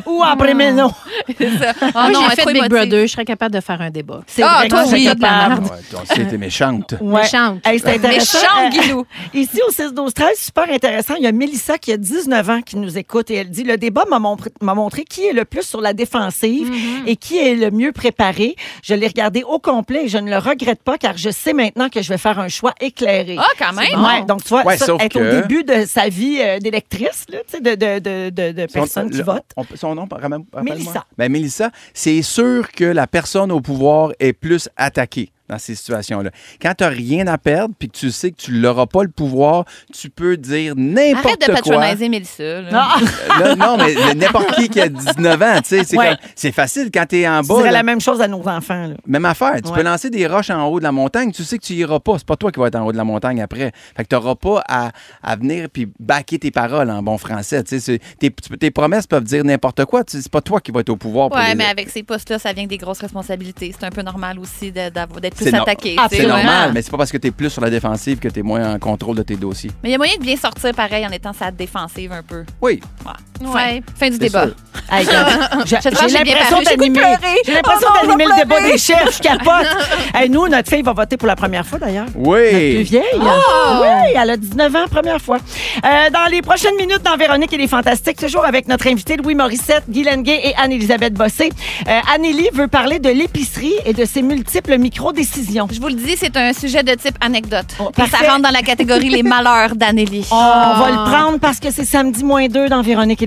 Ou après, mais non. C'est ça. Ah Moi, non, elle j'ai est fait trop Big émotive. Brother, je serais capable de faire un débat. C'est Ah, vrai toi, que c'est oui, de la merde. Ouais, toi, c'était méchante. Euh, Ouais. Méchante. Hey, c'est intéressant. Méchant, Euh, Guilou. Ici, au 6 12 13 super intéressant, il y a Mélissa qui a 19 ans qui nous écoute et elle dit Le débat m'a montré, m'a montré qui est le plus sur la défensive Mm-hmm. et qui est le mieux préparé. Je l'ai regardé au complet et je ne le regrette pas car je sais maintenant que je vais faire un choix éclairé. Ah, quand même. Ouais, donc, tu vois, Ouais, ça, sauf être au que- début de sa vie euh, d'électrice, là, tu sais, de, de, de, de, de Son- personne qui le- vote. on- son nom, rappelle- rappelle-moi. Mélissa. Ben, Mélissa, c'est sûr que la personne au pouvoir est plus attaquée dans ces situations-là. Quand tu n'as rien à perdre puis que tu sais que tu l'auras pas le pouvoir, tu peux dire n'importe Arrête de quoi. patroniser Mélissa. là. Ah, Là, non, mais mais n'importe qui qui a 19 ans, tu sais, c'est Ouais. comme- c'est facile quand tu es en je bas. dirais là, la même chose à nos enfants. là. Même affaire. Tu Ouais. peux lancer des roches en haut de la montagne. Tu sais que tu iras pas. C'est pas toi qui vas être en haut de la montagne après. Fait que t'auras pas à, à venir puis baquer tes paroles en bon français. Tu sais, c'est- tes, tu peux- tes promesses peuvent dire n'importe quoi. Tu sais, C'est pas toi qui vas être au pouvoir. pour Ouais, les- mais avec ces postes-là, ça vient avec des grosses responsabilités. C'est un peu normal aussi de- d'avoir- d'être C'est plus no- attaqué. tu sais, C'est ouais. normal, mais c'est pas parce que t'es plus sur la défensive que t'es moins en contrôle de tes dossiers. Mais il y a moyen de bien sortir pareil en étant sa défensive un peu. Oui. Ouais. Ouais. Fin, fin du C'est débat. sûr. Hey, regarde, j'ai te lâche, j'ai j'ai bien l'impression parlé. J'ai goût de d'animer. pleurer. J'ai l'impression Oh non, on va d'animer le débat pleurer. des chefs. Je capote. Hey, nous, notre fille va voter pour la première fois, d'ailleurs. Plus Oui. vieille. Oh! Oui, elle a 19 ans, première fois. Euh, dans les prochaines minutes, dans Véronique et les Fantastiques, toujours avec notre invité Louis Morissette, Guy Lenguet et Anne-Élisabeth Bossé. Euh, Anneli veut parler de l'épicerie et de ses multiples micro-décisions. Je vous le dis, c'est un sujet de type anecdote. Oh, Puis ça parfait. Ah. rentre dans la catégorie les malheurs d'Anneli. On va le prendre parce que c'est samedi moins 2 dans Véronique et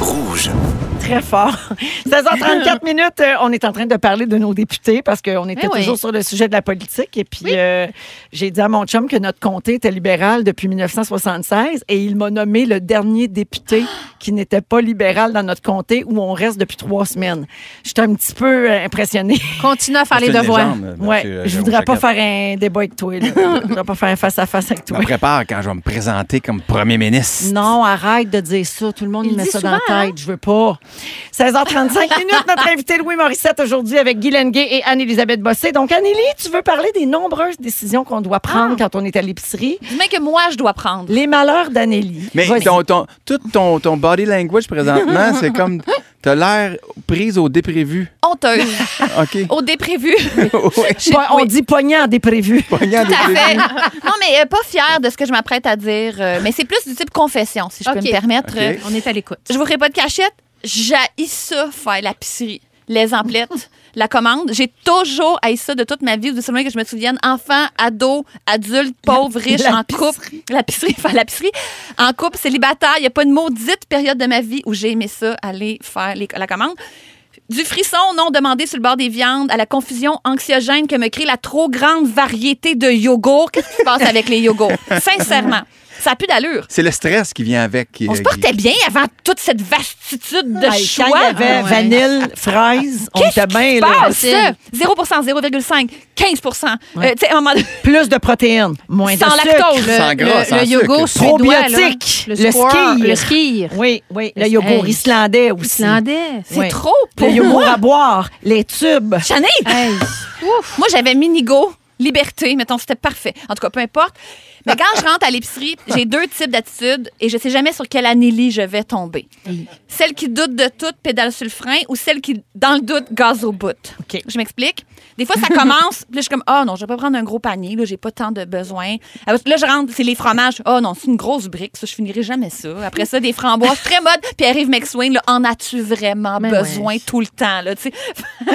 Rouge. Très fort. 16h34 minutes, euh, on est en train de parler de nos députés parce qu'on était Eh oui. toujours sur le sujet de la politique. Et puis, euh, j'ai dit à mon chum que notre comté était libéral depuis 1976 et il m'a nommé le dernier député qui n'était pas libéral dans notre comté où on reste depuis trois semaines. J'étais un petit peu euh, impressionnée. Continue à faire C'est les une devoirs. légende, monsieur Ouais, je Euh, Jérôme voudrais pas Jaquette. faire un débat avec toi. là. Je voudrais pas faire un face-à-face avec Je toi. me prépare quand je vais me présenter comme premier ministre. Non, arrête de dire ça. Tout le monde il Il met dit ça dans souvent, la tête. Je veux pas. 16h35 minutes, notre invité Louis Morissette aujourd'hui avec Guy Lenguet et Anne-Élisabeth Bossé. Donc, Annélie, tu veux parler des nombreuses décisions qu'on doit prendre quand on est à l'épicerie. Du mec que moi, je dois prendre. Les malheurs d'Annélie. Mais Vas-y. ton, ton- tout ton, ton body language présentement, c'est comme t'as l'air prise au déprévu. Honteuse. OK. Au déprévu. Ouais. Je- Po- on oui. dit poignant des prévus. Poignant Tout à déprévu. fait. Non, mais euh, pas fière de ce que je m'apprête à dire. euh, mais c'est plus du type confession, si je peux Ok. me permettre. Ok. Euh, On est à l'écoute. Je vous ferai pas de cachette. J'haïs ça, faire la pisserie. Les emplettes, la commande. J'ai toujours haï ça de toute ma vie, ou de ce moment que je me souvienne. Enfant, ado, adulte, pauvre, riche, la en couple. La pisserie, faire la pisserie. En couple, célibataire. Il n'y a pas une maudite période de ma vie où j'ai aimé ça, aller faire les- la commande. Du frisson non demandé sur le bord des viandes à la confusion anxiogène que me crée la trop grande variété de yogourts. Qu'est-ce qui se passe avec les yogourts? Sincèrement, ça n'a plus d'allure. C'est le stress qui vient avec. euh, qui- On se euh, qui- portait bien avant toute cette vastitude de Hey, choix. hein, quand il y avait Ah ouais. vanille, fraise, on Qu'est-ce était qui bien se là. passe? 0 0,5, 15 Euh, tu sais, à un moment donné, Plus de protéines, moins de Sans sucre. lactose. Sans gras, sans le yogourt sucre. suédois, là. Probiotique. le, Le square, skir. le skir. Oui, oui. Le Hey. yogourt islandais aussi. Islandais. c'est Oui. trop pour Le yogourt moi. à boire, les tubes. Chanel, Hey. moi, j'avais Minigo, Liberté, mettons, c'était parfait. En tout cas, peu importe. Ah. Mais quand je rentre à l'épicerie, j'ai deux types d'attitudes et je sais jamais sur quelle anélie je vais tomber. Celle qui doute de tout, pédale sur le frein, ou celle qui, dans le doute, gaz au bout. OK. Je m'explique. Des fois, ça commence, puis là, je suis comme, oh non, je vais pas prendre un gros panier, là, j'ai pas tant de besoins. Après, Là, je rentre, c'est les fromages. Oh non, c'est une grosse brique, ça, je finirai jamais ça. Après ça, des framboises, très mode, puis arrive McSwing, là, en as-tu vraiment Mais besoin ouais. tout le temps, là, tu sais?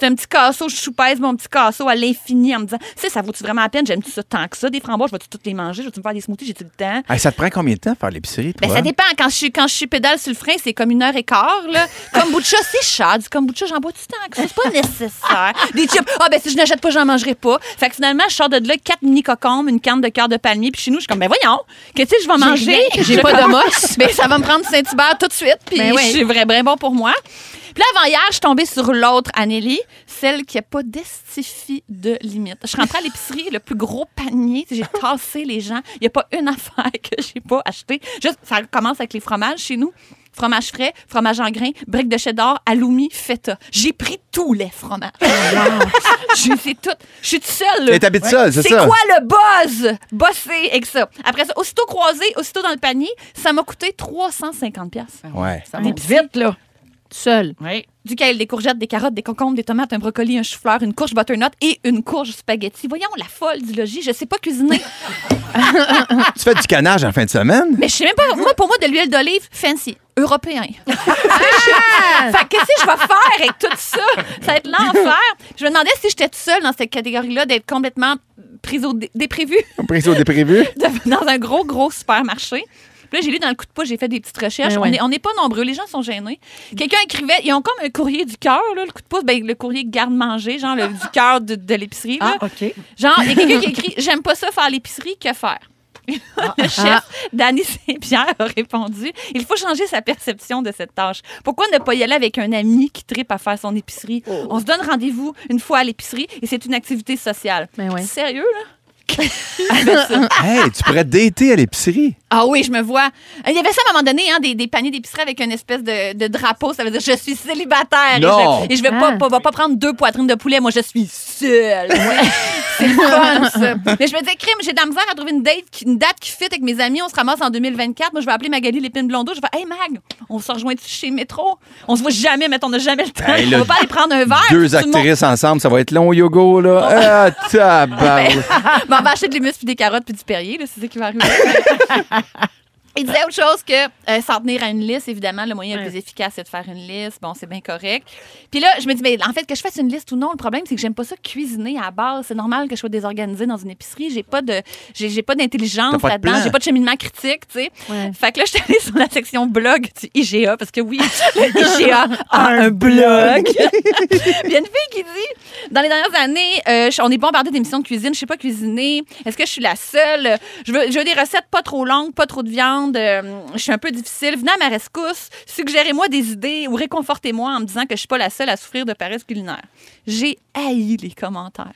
c'est un petit casseau, je choupèse mon petit casseau à l'infini en me disant, tu sais, ça vaut-tu vraiment la peine? J'aime-tu ça tant que ça, des framboises? Je vais-tu toutes les manger? Je vais-tu me faire des smoothies? J'ai-tu le temps? Hey, ça te prend combien de temps faire l'épicerie, toi? Ben, ça dépend. Quand je, suis, quand je suis pédale sur le frein, c'est comme une heure et quart. Là. Kombucha, c'est cher. Du kombucha, j'en bois tout le temps. que ça, C'est pas nécessaire. Des chips, ah ben si je n'achète pas, j'en mangerai pas. Fait que finalement, je sors de là quatre mini cocombes, une canne de cœur de palmier. Puis chez nous, je suis comme, ben voyons, que tu sais, je vais manger. rien, j'ai pas de mosse. Ben ça va me prendre Saint-Hubert tout de suite. Puis Ben oui. je suis vrai, vrai bon pour moi. Puis là, avant-hier, je suis tombée sur l'autre Anneli, celle qui n'a pas d'estifi de limite. Je suis rentrée à l'épicerie, le plus gros panier, j'ai tassé les gens. Il n'y a pas une affaire que j'ai pas achetée. Juste, ça commence avec les fromages chez nous. Fromage frais, fromage en grains, briques de cheddar, aloumi, feta. J'ai pris tous les fromages. Oh, Je les ai toutes. Je suis toute seule. là. Et t'habites seule, c'est C'est ça? quoi le buzz? Bosser avec ça. Après ça, aussitôt croisé, aussitôt dans le panier, ça m'a coûté 350$. piastres. Ouais. Ça monte vite, là. Seul. Oui. Du kale, des courgettes, des carottes, des concombres, des tomates, un brocoli, un chou-fleur, une courge butternut et une courge spaghetti. Voyons, la folle du logis, je sais pas cuisiner. Tu fais du canage en fin de semaine? Mais je sais même pas, moi, pour moi, de l'huile d'olive, fancy. Européen. fait que qu'est-ce que je vais faire avec tout ça? Ça va être l'enfer. Je me demandais si j'étais toute seule dans cette catégorie-là d'être complètement prise au dé- déprévu. Prise au déprévu? de- dans un gros, gros supermarché. Puis là, j'ai lu dans le coup de pouce, j'ai fait des petites recherches. Ben ouais. On est- On n'est pas nombreux, les gens sont gênés. Quelqu'un écrivait, ils ont comme un courrier du cœur, là, le coup de pouce, ben, le courrier garde-manger, genre le, du cœur de, de l'épicerie. là. Ah, OK. Genre, il y a quelqu'un qui écrit J'aime pas ça faire l'épicerie, que faire Ah, le chef Danny Saint-Pierre a répondu Il faut changer sa perception de cette tâche. Pourquoi ne pas y aller avec un ami qui tripe à faire son épicerie Oh. On se donne rendez-vous une fois à l'épicerie et c'est une activité sociale. Ben ouais. Sérieux, là Hey, tu pourrais dater à l'épicerie. Ah oui, je me vois. Il y avait ça à un moment donné, hein, des, des paniers d'épicerie avec une espèce de, de drapeau. Ça veut dire je suis célibataire Non. et je, et je vais pas, Ah. pas, va pas prendre deux poitrines de poulet. Moi, je suis seule. C'est le fun, ça. Mais je me disais, crime, j'ai de la misère à trouver une, date qui, une date qui fit avec mes amis. On se ramasse en 2024. Moi, je vais appeler Magali Lépine Blondeau. Je vais, hey Mag, on se rejoint chez Métro. On se voit jamais, mais on n'a jamais le temps. Hey, là, on va pas aller prendre un verre. Deux Tout le monde- Oh. actrices ensemble, ça va être long, Yogo, là. Ah, Ben, tabarou. Bon, on va acheter de l'humus puis des carottes puis du Perrier, là, c'est ça qui va arriver. Il disait autre chose que euh, s'en tenir à une liste, évidemment, le moyen le plus efficace, c'est de faire une liste. Bon, c'est bien correct. Puis là, je me dis, mais en fait, que je fasse une liste ou non, le problème, c'est que j'aime pas ça cuisiner à la base. C'est normal que je sois désorganisée dans une épicerie. J'ai pas de, j'ai, j'ai pas T'as d'intelligence pas de là-dedans. plan. J'ai pas de cheminement critique, tu sais. Ouais. Fait que là, je suis allée sur la section blog du IGA, parce que oui, le IGA a un blog. Il y a une fille qui dit Dans les dernières années, euh, je- on est bombardé d'émissions de cuisine, je sais pas cuisiner. Est-ce que je suis la seule je veux, je veux des recettes pas trop longues, pas trop de viande. euh, je suis un peu difficile. Venez à ma rescousse, suggérez-moi des idées ou réconfortez-moi en me disant que je suis pas la seule à souffrir de paresse culinaire. J'ai haï les commentaires.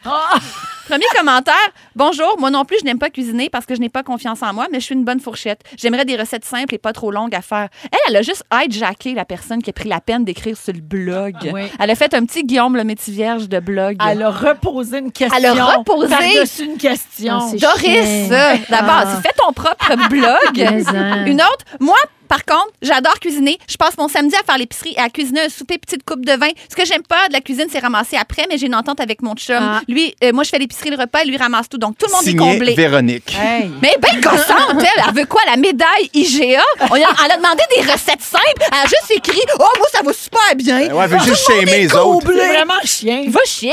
Premier commentaire Bonjour, moi non plus, je n'aime pas cuisiner parce que je n'ai pas confiance en moi, mais je suis une bonne fourchette. J'aimerais des recettes simples et pas trop longues à faire. Elle, elle a juste hijacké la personne qui a pris la peine d'écrire sur le blog. Ah, Oui. Elle a fait un petit Guillaume le métier vierge de blog. Elle a reposé une question. Elle a reposé. Par-dessus une question. Ah, c'est Doris, chien. euh, d'abord, Ah. fais ton propre blog. Mais, hein. Une autre, moi, par contre, j'adore cuisiner. Je passe mon samedi à faire l'épicerie et à cuisiner un souper, petite coupe de vin. Ce que j'aime pas de la cuisine, c'est ramasser après, mais j'ai une entente avec mon chum. Ah. Lui, euh, moi, je fais l'épicerie, le repas, et lui ramasse tout. Donc, tout le monde est Signé comblé. Véronique. Hey. Mais ben consente, elle, elle veut quoi, la médaille IGA? On lui a, elle a demandé des recettes simples, elle a juste écrit « Oh, moi, ça va super bien! Ouais, elle veut juste shamer les autres. C'est vraiment chien. Va chier!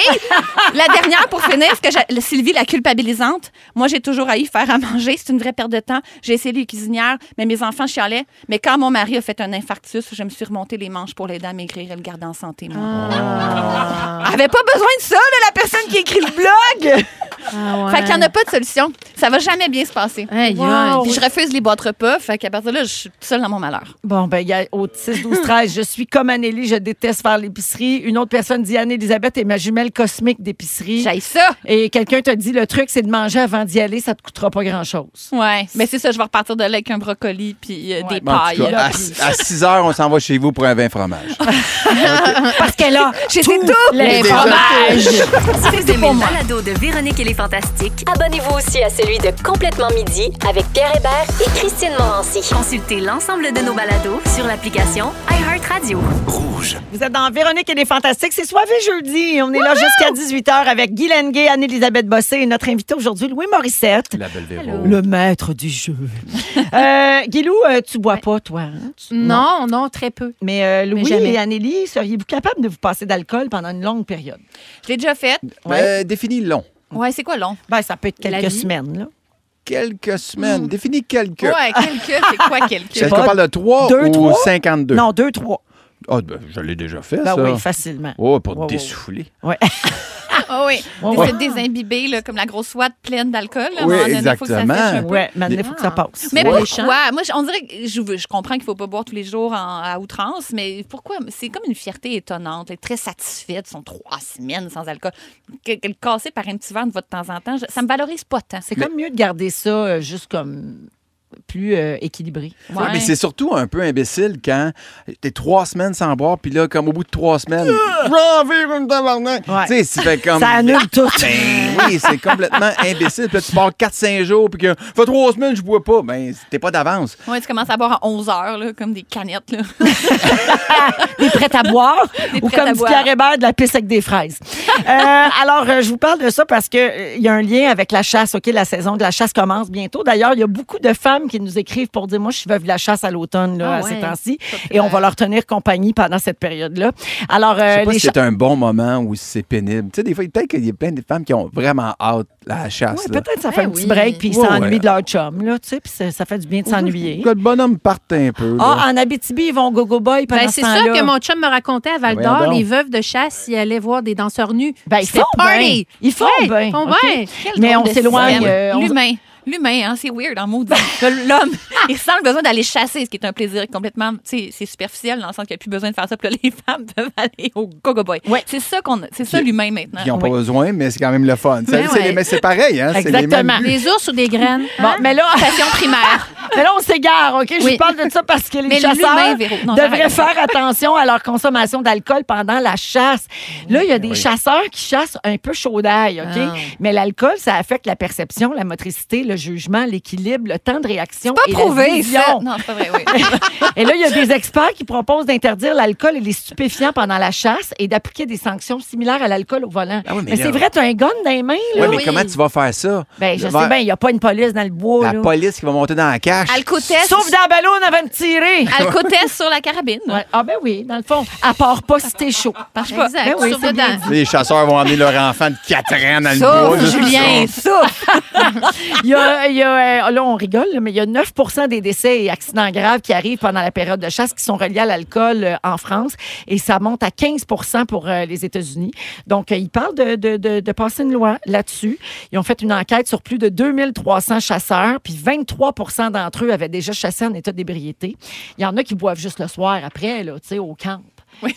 la dernière pour finir, parce que j'ai- Sylvie, la culpabilisante, moi j'ai toujours à y faire à manger, c'est une vraie perte de temps. J'ai essayé les cuisinières, mais mes enfants chialaient. Mais quand mon mari a fait un infarctus, je me suis remonté les manches pour l'aider à maigrir et le garder en santé, moi. Elle avait pas besoin de ça, là, la personne qui écrit le blog! Ah ouais. Fait qu'il n'y en a pas de solution. Ça va jamais bien se passer. Aïe, Wow. aïe. Puis je refuse les boîtes repas, fait qu'à partir de là, je suis toute seule dans mon malheur. Bon, ben, il y a au 6, 12, 13, je suis comme Anélie, je déteste faire l'épicerie. Une autre personne dit Anne-Elisabeth est ma jumelle cosmique d'épicerie. J'aille ça. Et quelqu'un te dit le truc, c'est de manger avant d'y aller, ça te coûtera pas grand-chose. Ouais. Mais c'est ça, je vais repartir de là avec un brocoli puis euh, des Bon, en pailles. tout cas, à, 6 heures, on s'en va chez vous pour un vin fromage. Parce qu'elle a J'ai fait tout les fromages. Si vous aimez le balado de Véronique et les Fantastiques, Abonnez-vous aussi à celui de Complètement Midi avec Pierre Hébert et Christine Morancy. consultez l'ensemble de nos balados sur l'application iHeartRadio. Vous êtes dans Véronique et les Fantastiques. C'est soirée jeudi. On est là jusqu'à 18h avec Guy Lenguet, Anne-Elisabeth Bossé et notre invité aujourd'hui, Louis Morissette. La belle Véro. Le maître du jeu. euh, Guilou, euh, tu bois pas, toi. hein? Tu- Non, non, très peu. Mais euh, Louis jamais. et Annélie, seriez-vous capable de vous passer d'alcool pendant une longue période? ah. Je l'ai déjà fait. Euh, définis long. Ouais, c'est quoi long? Ben, ça peut être La quelques vie. semaines. Là. Quelques semaines. Définis quelques. Mm. Ouais, quelques, c'est quoi quelques? Est-ce pas, qu'on parle de 3 deux, ou trois? 52? Non, deux, trois. Ah, ben, je l'ai déjà fait, Ben ça. oui, facilement. Oh, pour Ouais, te dessouffler. ouais, ouais. Ah oui. Ouais, Des- ouais. se désimbiber, là, comme la grosse ouate pleine d'alcool. là, à un Oui, moment donné, faut que ça exactement. sèche un peu. Ouais, maintenant, il faut que ça passe. Mais Ouais. pourquoi? Moi, je- on dirait que je, veux- je comprends qu'il faut pas boire tous les jours en- à outrance, mais pourquoi? C'est comme une fierté étonnante. Être très satisfaite, sont trois semaines sans alcool. Que, que le casser par un petit verre de votre temps en temps, je- ça me valorise pas tant. C'est comme mieux de garder ça euh, juste comme plus euh, équilibré. Ouais, mais c'est surtout un peu imbécile quand t'es trois semaines sans boire, puis là, comme au bout de trois semaines, j'en vais comme tabarnak. Ah! Ouais. Tu sais, c'est fait comme. Ça annule tout. Ben oui, c'est complètement imbécile. Puis là, tu pars 4-5 jours, puis que fait trois semaines, je bois pas. Ben, t'es pas d'avance. Ouais, tu commences à boire à 11 heures, là, comme des canettes. Là. T'es prête à boire ou prête à comme du boire. caribert de la pisse avec des fraises. Euh, alors, euh, je vous parle de ça parce que euh, il y a un lien avec la chasse. OK, la saison de la chasse commence bientôt. D'ailleurs, il y a beaucoup de femmes qui nous écrivent pour dire, moi, je suis veuve de la chasse à l'automne, là, Ah à ouais. ces temps-ci. Et on va leur tenir compagnie pendant cette période-là. Alors, euh, Je sais pas les si cha- c'est un bon moment ou si c'est pénible. Tu sais, des fois, peut-être qu'il y a plein de femmes qui ont vraiment hâte à la chasse. Ouais, là. peut-être ça fait Eh un petit oui. break puis ils Ouais, s'ennuient ouais. de leur chum, là, tu sais, puis ça, ça fait du bien de s'ennuyer. Que le bonhomme parte un peu. là. Ah, en Abitibi, ils vont au gogo boy pendant Ben, ce c'est temps-là. ça que mon chum me racontait à Val Voyons d'Or, donc. les veuves de chasse, ils allaient voir des danseurs nus. Ben, ils C'était font party. bien. Ils font Ouais, bien, ils font OK? bien. Quel Mais drôle on de s'éloigne, système. euh, on- L'humain. L'humain, hein, c'est weird en maudit. Que L'homme, il sent le besoin d'aller chasser, ce qui est un plaisir complètement, tu sais, c'est superficiel dans le sens qu'il n'y a plus besoin de faire ça. Puis là, les femmes peuvent aller au gogo boy. Ouais. C'est ça qu'on, c'est ça Puis- l'humain maintenant. Ils n'ont pas Oui. besoin, mais c'est quand même le fun. Ben Ça, c'est ouais. les- mais c'est pareil, hein? c'est les mêmes Exactement. Des ours ou des graines? Bon, mais là, Passion Hein? primaire. mais là, on s'égare, OK? Je Oui. vous parle de ça parce que les Mais l'humain, chasseurs Véro. Non, devraient j'arrête. faire attention à leur consommation d'alcool pendant la chasse. Là, il y a des chasseurs qui chassent un peu chaud d'ail, OK? Ah. Mais l'alcool, ça affecte la perception, la motricité, le jugement, l'équilibre, le temps de réaction Pas et la prouvé, vision. ça. Non, c'est pas vrai, oui. Et là, il y a des experts qui proposent d'interdire l'alcool et les stupéfiants pendant la chasse et d'appliquer des sanctions similaires à l'alcool au volant. Ah oui, mais mais là- c'est vrai, tu as un gun dans les mains, là. Ouais, mais comment tu vas faire ça? Ben, je Le- sais bien, il n'y a pas une police dans le bois, La là. police qui va monter dans la cache. Alcotest. Sauf dans la ballon avant de tirer. Alcotest sur la carabine. Ah, Ouais. Ah ben oui, dans le fond, à part pas si t'es chaud. Parce que- Exact, Ben oui, sur c'est le bien dent. dit. Les chasseurs vont emmener leur enfant de 4 ans dans le bois. Sauf là. Julien, sauf. Il y a, il y a, euh, là, on rigole, là, mais il y a 9 des décès et accidents graves qui arrivent pendant la période de chasse qui sont reliés à l'alcool euh, en France et ça monte à 15 pour euh, les États-Unis. Donc, euh, ils parlent de, de, de, de passer une loi là-dessus. Ils ont fait une enquête sur plus de 2300 chasseurs, puis 23 d'entre eux avaient déjà chassé en état d'ébriété. Il y en a qui boivent juste le soir après, là, tu sais, au camp.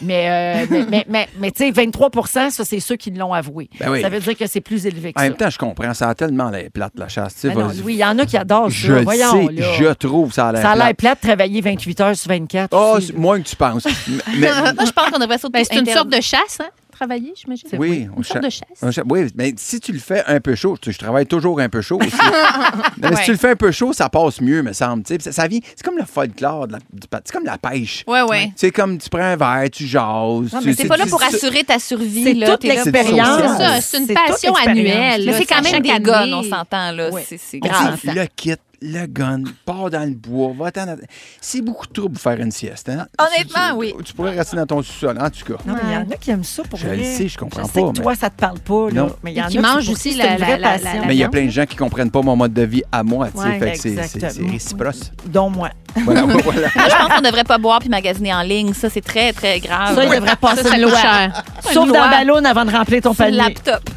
Mais, euh, mais, mais, mais, mais, tu sais, 23 ça, c'est ceux qui l'ont avoué. Ben oui. Ça veut dire que c'est plus élevé que En ça. même temps, je comprends, ça a tellement l'air plate, la chasse. tu sais, Ben non, vas-y. Louis, il y en a qui adorent ça. je le Voyons, sais, là. je trouve ça a l'air ça a plate. l'air plate de travailler 28 heures sur 24. Ah, aussi, c'est là. moins que tu penses. Mais- mais- Moi, je pense qu'on devrait surtout Ben, c'est une interdire. sorte de chasse, hein? Travailler, j'imagine. oui, on Une sorte de cha- chasse. on cha- Oui, mais si tu le fais un peu chaud, tu- je travaille toujours un peu chaud aussi. Non, mais Ouais. si tu le fais un peu chaud, ça passe mieux, me semble. tu sais. Ça, ça vient, c'est comme le folklore, de la- du pa- c'est comme la pêche. Ouais, ouais. C'est comme tu prends un verre, tu jases. Non, tu- mais C'est pas là pour tu- assurer ta survie. C'est là. toute T'es là pour- l'expérience. C'est ça, c'est une C'est passion toute l'expérience. annuelle. Mais là, c'est quand même chaque des année. guns, on s'entend, là. Oui. C'est- C'est On grave. dit, le kit, le gun, pars dans le bois, va-t'en. dans- C'est beaucoup trop pour faire une sieste. Hein? Honnêtement, Tu- tu- oui. Tu pourrais rester dans ton sous-sol, en tout cas. Non, mais il y en a qui aiment ça pour Je vrai. le sais, je comprends Je sais pas, que mais- toi, ça te parle pas. Là. Non. Mais il y Et en qui a mangent pour aussi qui c'est une la- vraie la- la- passion. la- Mais il y a viande. plein de gens qui comprennent pas mon mode de vie à moi. tu sais, Ouais, fait que c'est- c'est c'est exactement. réciproque. Dons-moi. Voilà, voilà. Moi, Ah, je pense qu'on devrait pas boire puis magasiner en ligne. Ça, c'est très, très grave. Ça, il devrait passer Ça une coûte loi. cher. Sauf une dans loi. le ballon avant de remplir ton Sur le panier. laptop.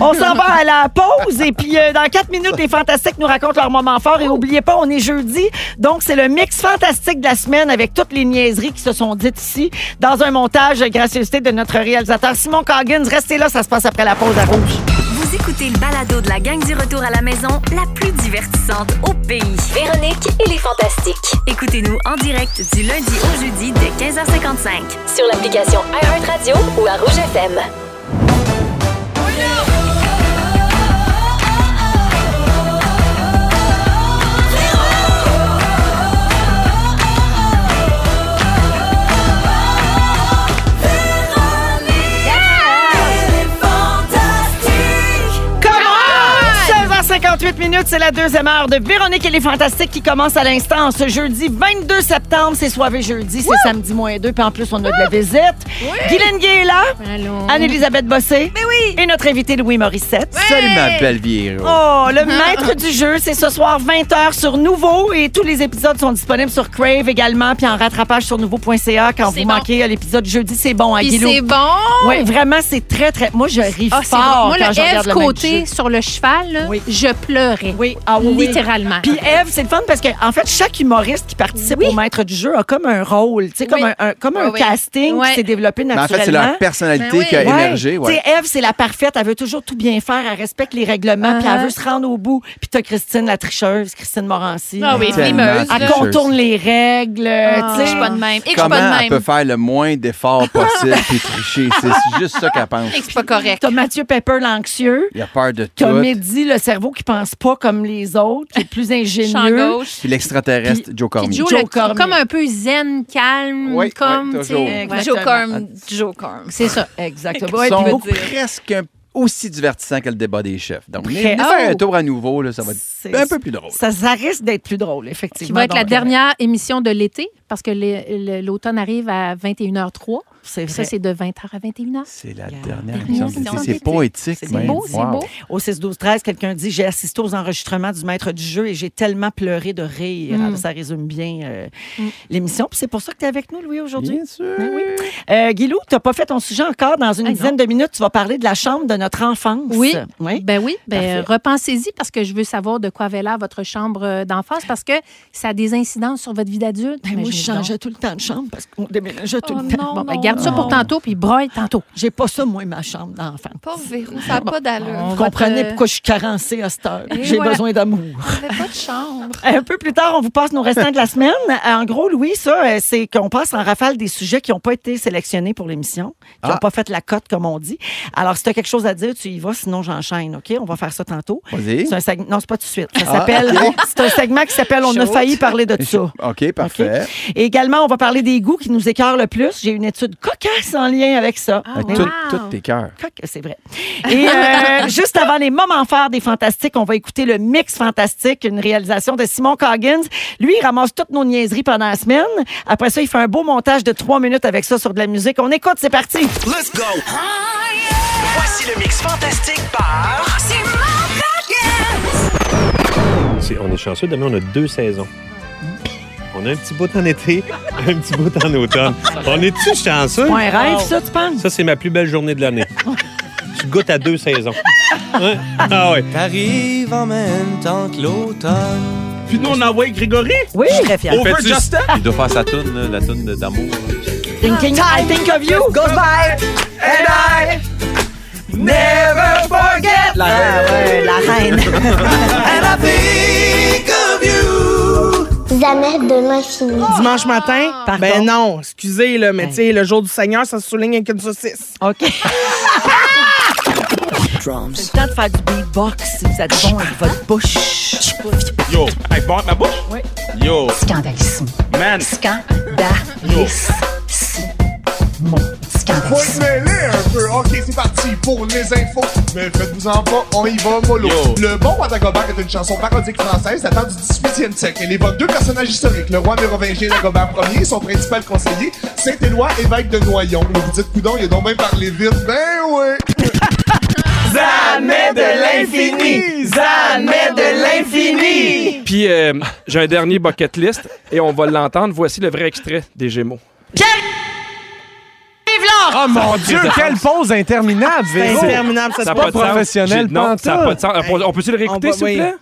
On s'en va à la pause et puis euh, dans quatre minutes, les Fantastiques nous racontent leur moment fort. Et oubliez pas, on est jeudi, donc c'est le mix fantastique de la semaine avec toutes les niaiseries qui se sont dites ici dans un montage gracieuseté de notre réalisateur Simon Coggins. Restez là, ça se passe après la pause à Rouge. Vous écoutez le balado de la gang du retour à la maison, la plus divertissante au pays. Véronique et les Fantastiques. Écoutez-nous en direct du lundi au jeudi dès 15h55. Sur l'application iHeartRadio ou à Rouge FM. Comment? 16h58 minutes, minutes, c'est la deuxième heure de Véronique et les Fantastiques qui commence à l'instant ce jeudi 22 septembre. C'est soirée jeudi, c'est samedi moins 2, puis en plus, on a de la visite. Guylaine Guy est là. Allô? Anne-Elisabeth Bossé. Mais oui. Et notre invité Louis Morissette. Salut, ma belle vieille héros. Oh, Ah. le maître du jeu, c'est ce soir 20h sur Nouveau et tous les épisodes sont disponibles sur Crave également puis en rattrapage sur nouveau.ca quand C'est vous bon. manquez euh, l'épisode jeudi, c'est bon à Puis c'est bon! Oui, vraiment, c'est très très moi je ris Ah, c'est fort bon. Moi, quand le je regarde Ève le côté même jeu. sur le cheval, là, Oui. je pleurais. Oui, ah oui, oui. Littéralement. Puis Eve, c'est le fun parce que en fait chaque humoriste qui participe au maître du jeu a comme un rôle, tu sais comme Oui. un, un- comme un Oui, oui. casting Ouais. qui s'est développé Mais Ben, en naturellement. fait, c'est leur personnalité Ben oui. qui a Ouais. émergé. Euh, ouais. Tu sais, Ève, c'est la parfaite. Elle veut toujours tout bien faire. Elle respecte les règlements. Puis elle veut se rendre au bout. Puis t'as Christine, la tricheuse, Christine Morancy. Ah oui, Tellement frimeuse. Elle là. tricheuse. contourne les règles. Tu tu sais, sais. Je suis pas de même. Et que je suis Comment pas elle de peut même. faire le moins d'efforts possible puis tricher? C'est juste ça qu'elle pense. Et que c'est pas correct. T'as Mathieu Pepper, l'anxieux. Il a peur de tout. T'as Mehdi, le cerveau qui pense pas comme les autres, qui est plus Champ ingénieux. gauche. Puis l'extraterrestre, Joe Cormier. Puis Joe, Joe le- Cormier. comme un peu zen, calme, Oui, comme. oui, tu sais, toujours. ouais. Exact. Joe Corm. Joe Corm. C'est ça. Exactement. Ils Ouais, sont puis- presque un- aussi divertissants que le débat des chefs. Donc, venez Oh. faire un tour à nouveau, là, ça va C'est- être un peu plus drôle. ça, ça risque d'être plus drôle, effectivement. Qui va être la Donc, dernière émission de l'été, parce que le- le- l'automne arrive à 21h03. C'est Ça, vrai. c'est de 20h à 21h. C'est la Yeah. dernière Dernière émission de l'été. émission C'est d'été. poétique, C'est même. beau, c'est Wow. beau. Au 6-12-13, quelqu'un dit J'ai assisté aux enregistrements du maître du jeu et j'ai tellement pleuré de rire. Alors, Ça résume bien euh, l'émission. Puis c'est pour ça que tu es avec nous, Louis, aujourd'hui. Bien sûr. Ben oui. Euh, Guilou, tu n'as pas fait ton sujet encore. Dans une Ah, non. dizaine de minutes, tu vas parler de la chambre de notre enfance. Oui. Oui. Ben oui, ben, Parfait. repensez-y parce que je veux savoir de quoi avait l'air votre chambre euh, d'enfance parce que ça a des incidences sur votre vie d'adulte. Ben, moi, je Imaginez donc. changeais tout le temps de chambre parce qu'on déménageait tout Oh, le temps. non, Bon, ben, non, garde ça non. pour tantôt. tantôt, puis broille tantôt. J'ai pas ça, moi, ma chambre d'enfant. Pauvre Véro, ça n'a pas d'allure. Vous On va comprenez te- pourquoi je suis carencée à cette heure. Et J'ai voilà. besoin d'amour. On n'avait pas de chambre. Un peu plus tard, on vous passe nos restants de la semaine. En gros, Louis, ça, euh, c'est qu'on passe en rafale des sujets qui n'ont pas été sélectionnés pour l'émission, qui n'ont Ah. pas fait la cote, comme on dit. Alors, si tu as quelque chose à dire, tu y vas, sinon j'enchaîne, OK? On va faire ça tantôt. Vas-y. C'est un segment. Non, c'est pas tout de suite. Ça Ah, s'appelle. C'est un segment qui s'appelle On a Chaud. failli parler de ça. OK, parfait. Et également, on va parler des goûts qui nous écœurent le plus. J'ai une étude cocasse en lien avec ça. Ah, Avec wow. tout- tous tes cœurs. Coq, C'est vrai. Et euh, juste avant les moments forts des Fantastiques, on va écouter le Mix Fantastique, une réalisation de Simon Coggins. Lui, il ramasse toutes nos niaiseries pendant la semaine. Après ça, il fait un beau montage de trois minutes avec ça sur de la musique. On écoute, c'est parti. Let's go! Voici le mix fantastique par. C'est- on est chanceux, demain, on a deux saisons. On a un petit bout en été, un petit bout en automne. On est-tu chanceux? Pas un rêve, ça, tu penses? Ça, c'est ma plus belle journée de l'année. tu goûtes à deux saisons. Hein? Ah ouais. T'arrives en même temps que l'automne. Puis nous, on envoie Grégory. Oui, je suis très fière. Over Justin. Il doit faire sa toune, là, la toune de- d'amour. Thinking, I think of you. Goes by. And I never forget. La reine. la reine. And I think of you. Jamais de l'infini. Dimanche matin. Ah! Pardon. Ben non, excusez, là, mais Ouais. tu sais, le jour du Seigneur, ça se souligne avec une saucisse. OK. C'est le temps de faire du beatbox si vous êtes bon avec votre bouche. Yo, hey, bon, ma bouche? Oui. Yo, Scandalisme. man. Scandalisme. Mon scandalisme. mêler un peu. Ok, c'est parti pour les infos. Mais faites-vous en pas, on y va mollo. Yo. Le bon Wadagobac est une chanson parodique française datant du 18e siècle. Elle évoque deux personnages historiques, le roi mérovingien Dagobert Ier et son principal conseiller, Saint-Éloi, évêque de Noyon. Vous vous dites, coudon, il a donc bien parlé vite. Ben oui! Jamais de l'infini. Jamais de l'infini. Puis euh, j'ai un dernier bucket list et on va l'entendre. Voici le vrai extrait des Gémeaux. Oh mon Dieu, quelle pause interminable, C'est Véro! interminable, ça se n'a passe. pas professionnel, J'ai- Non, pantoute. ça n'a pas de sens. On peut- On peut-tu le réécouter, va- s'il vous oui. plaît?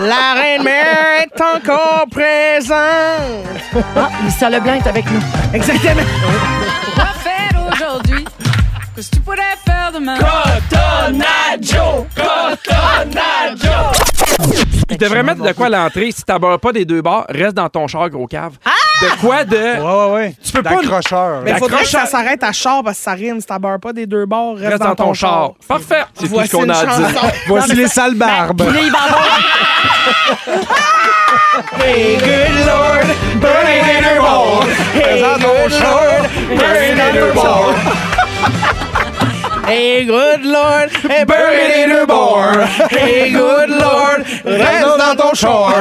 La reine mère est encore présente. Ah, Lisa Leblanc est avec nous. Exactement. Tu devrais mettre de quoi à l'entrée. Si t'abeurs pas des deux bars, reste dans ton char, gros cave. De quoi de... Ouais, ouais, ouais. Tu peux pas... D'accrocheur. Mais il faudrait que Accroche ça à- s'arrête à char parce que ça rime. Si t'abarres pas des deux bords, reste, Reste dans ton char. Parfait. C'est tout ce Voici qu'on une a à dire. chanson. Voici les sales barbes. Puis là, il va avoir- Présente ton char. Hey, good Lord, Bury hey, burn it it more. more. Hey, good Lord, reste dans ton char.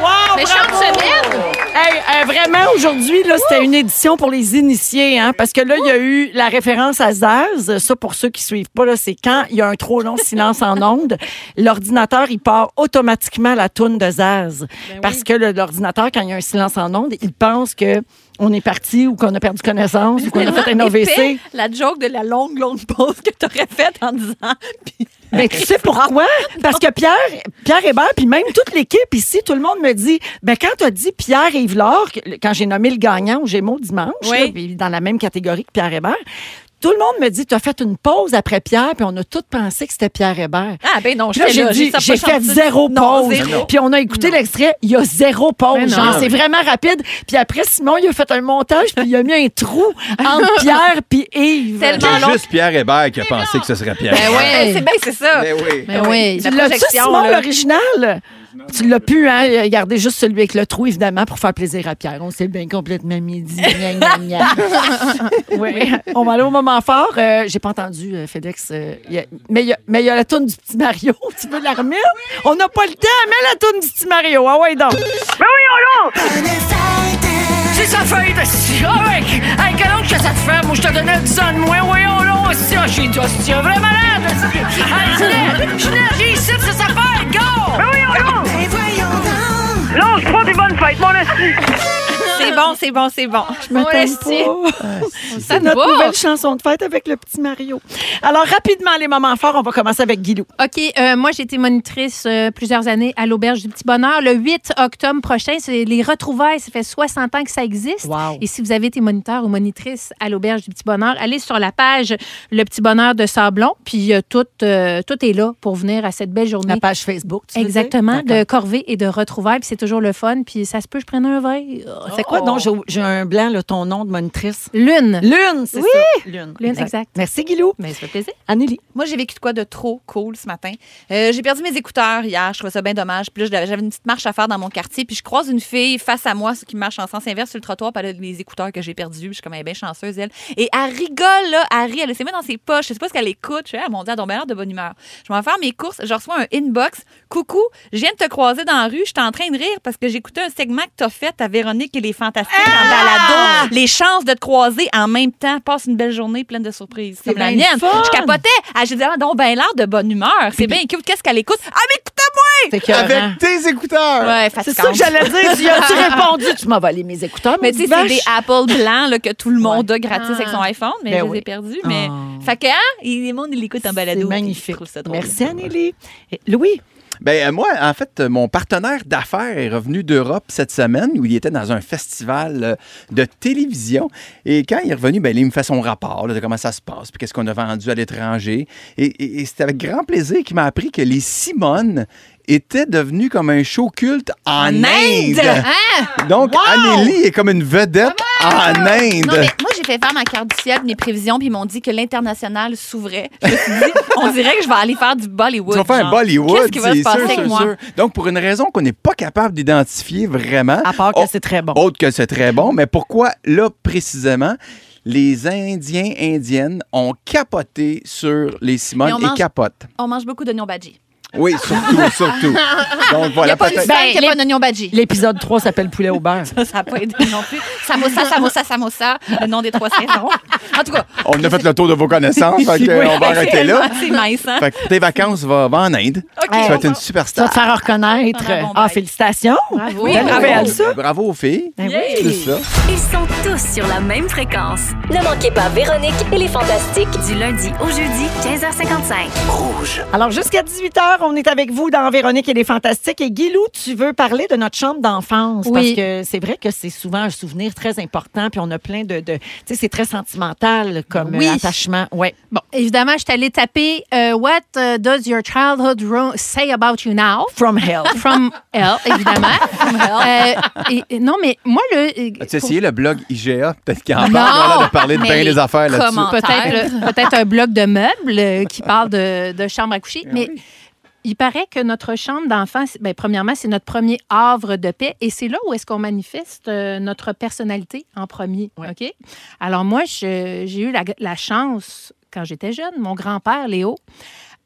Wow, bravo! Hey, euh, vraiment, aujourd'hui, là, c'était une édition pour les initiés, hein, parce que là, il y a eu la référence à Zaz. Ça, pour ceux qui suivent pas, là, c'est quand il y a un trop long silence en onde, l'ordinateur, il part automatiquement la toune de Zaz. Parce que le- l'ordinateur, quand il y a un silence en onde, il pense que on est parti ou qu'on a perdu connaissance ou qu'on a fait un AVC. La joke de la longue, longue pause que t'aurais faite en disant. Mais Ben, tu sais pourquoi? Parce que Pierre, Pierre Hébert, puis même toute l'équipe ici, tout le monde me dit, ben quand tu as dit Pierre et Yves Laure, que- le- quand j'ai nommé le gagnant au Gémeaux dimanche, là, puis dans la même catégorie que Pierre Hébert, tout le monde me dit, tu as fait une pause après Pierre, puis on a tous pensé que c'était Pierre Hébert. Ah, ben non, Là, j'étais j'ai là, dit, ça j'ai pas fait chanté. zéro Non, pause. zéro. Puis on a écouté l'extrait, il y a zéro Mais pause. non. Ah Genre, c'est vraiment rapide. Puis après, Simon, il a fait un montage, puis il a mis un trou entre Pierre puis Yves. C'est juste Pierre Hébert qui a pensé que ce serait Ben Pierre Hébert. C'est bien, c'est ça. Mais oui. Mais oui. Ben Tu La l'as-tu, projection, Simon, là. l'original? Tu l'as pu, hein? Garder juste celui avec le trou, évidemment, pour faire plaisir à Pierre. On sait bien complètement midi. Gna, gna, gna. oui. On va aller au moment fort. Euh, J'ai pas entendu, euh, Félix. euh, il y a- mais il y, a- mais il y a la toune du petit Mario. Tu veux la remettre? On n'a pas le temps. Mets la toune du petit Mario. Ah ouais, donc. Ben oui, on l'a! C'est sa fête, si avec, avec quel âge que ça te fait? Moi, je te donnais 10 ans de moins. Voyons, là, aussi, ah, j'ai dit, ah, c'est un vrai malade. hostie. Ah, Ginette, Ginette, j'ai ici, c'est sa fête, go! Ben oui, on l'a! Là, je prends des bonnes fêtes, mon esti. C'est bon, c'est bon, c'est bon. Je Oh, m'attends pas. C'est notre bouffe. nouvelle chanson de fête avec le petit Mario. Alors, rapidement, les moments forts, on va commencer avec Guilou. OK, euh, moi, j'ai été monitrice euh, plusieurs années à l'Auberge du Petit Bonheur. Le 8 octobre prochain, c'est les retrouvailles. Ça fait 60 ans que ça existe. Et si vous avez été moniteur ou monitrice à l'Auberge du Petit Bonheur, allez sur la page Le Petit Bonheur de Sablon. Puis euh, tout, euh, tout est là pour venir à cette belle journée. La page Facebook, tu veux dire? Exactement, de corvée et de retrouvailles. Puis c'est toujours le fun. Puis ça se peut, je prenne un verre. Oh. C'est quoi? Non, j'ai- j'ai un blanc, là, ton nom de monitrice. Lune. Lune, c'est Oui! ça. Lune. Lune, exact. Merci, Guilou. Mais ça fait plaisir. Anneli. Moi, j'ai vécu de quoi de trop cool ce matin. Euh, j'ai perdu mes écouteurs hier. Je trouvais ça bien dommage. Puis là, j'avais j'avais une petite marche à faire dans mon quartier. Puis je croise une fille face à moi, ce qui marche en sens inverse sur le trottoir. Puis elle a les écouteurs que j'ai perdus. Puis Je suis comme, elle est bien chanceuse, elle. Et elle rigole, là. Elle rit. Elle les met dans ses poches. Je sais pas ce qu'elle écoute. Je suis, ah, mon Dieu, elle a donc bien l'air de bonne humeur. Je m'en vais faire mes courses. Je reçois un inbox. Coucou, je viens de te croiser dans la rue. Je suis en train de rire parce que j'écoutais un segment que t'as fait à Véronique et les Fantastiques en Ah! balado. Les chances de te croiser en même temps. Passe une belle journée pleine de surprises. Comme la bien le mienne. fun. Je capotais. Ah, j'ai dit, ah, donc, ben l'air de bonne humeur. C'est bien cute. Qu'est-ce qu'elle écoute? Ah, mais C'est écoutez-moi! écœurant. Avec tes écouteurs! Ouais, C'est ça que j'allais dire. Tu as-tu répondu? Tu m'as volé mes écouteurs, Mais maudite tu sais, c'est vache. des Apple blancs là, que tout le monde a gratis avec son iPhone, mais Ben je les oui. ai perdus. Mais... Fait que, hein, il- le monde, il l'écoute en balado. C'est magnifique. Merci, Anneli. Et Louis? Ben, euh, moi, en fait, euh, mon partenaire d'affaires est revenu d'Europe cette semaine où il était dans un festival euh, de télévision. Et quand il est revenu, ben, il me fait son rapport là, de comment ça se passe, puis qu'est-ce qu'on a vendu à l'étranger. Et, et- et c'est avec grand plaisir qu'il m'a appris que les Simones étaient devenues comme un show culte en, En Inde! Inde. Hein? Donc, Wow! Anneli est comme une vedette en Inde. Non, mais moi, j'ai fait faire ma carte du ciel, mes prévisions, puis ils m'ont dit que l'international s'ouvrait. Je me suis dit, on dirait que je vais aller faire du Bollywood. Tu vas faire genre. un Bollywood, Qu'est-ce qui va se c'est passer sûr, avec sûr, moi? sûr. Donc, pour une raison qu'on n'est pas capable d'identifier vraiment. À part que c'est très bon. Autre que c'est très bon, mais pourquoi, là, précisément, les Indiens, Indiennes ont capoté sur les Mais Simones on et mange- capotent. On mange beaucoup d'oignons badji. Oui, surtout, surtout. Donc, Il n'y voilà, a pas une peut-être- scène qui a pas d'oignon badji. L'épisode 3 s'appelle Poulet au beurre. Ben, Ça n'a pas aidé non plus. Samosa, samosa, samosa, le nom des trois saisons. En tout cas, On a fait le tour de vos connaissances, fait que, Oui. Ben, on va arrêter là. C'est mince, hein? Fait que tes vacances vont en Inde. Tu vas être une Tu vas superstar. te faire reconnaître. ah, félicitations. Bravo. Belle Bravo. nouvelle, ça. Bravo aux filles. Yay. C'est ça. Ils sont tous sur la même fréquence. Ne manquez pas Véronique et les Fantastiques du lundi au jeudi 15h55. Rouge. Alors, jusqu'à 18h, on est avec vous dans Véronique et les Fantastiques. Et Guilou, tu veux parler de notre chambre d'enfance. Oui. Parce que c'est vrai que c'est souvent un souvenir très important. Puis on a plein de. de- tu sais, c'est très sentimental comme Oui. euh, attachement. Ouais. Bon, évidemment, je suis allée taper euh, What euh, does your childhood ro- say about you now? From hell. From hell, évidemment. Euh, et- et non, mais moi, le. As-tu essayé le blog IGA? Peut-être qu'il en Non, parle. On a l'air de parler de mais bien les des affaires là-dessus. Peut-être peut un blog de meubles euh, qui parle de, de chambre à coucher. mais il paraît que notre chambre d'enfant, c'est- ben, premièrement, c'est notre premier havre de paix et c'est là où est-ce qu'on manifeste euh, notre personnalité en premier. OK? Alors, moi, je- j'ai eu la, la chance, quand j'étais jeune, mon grand-père, Léo,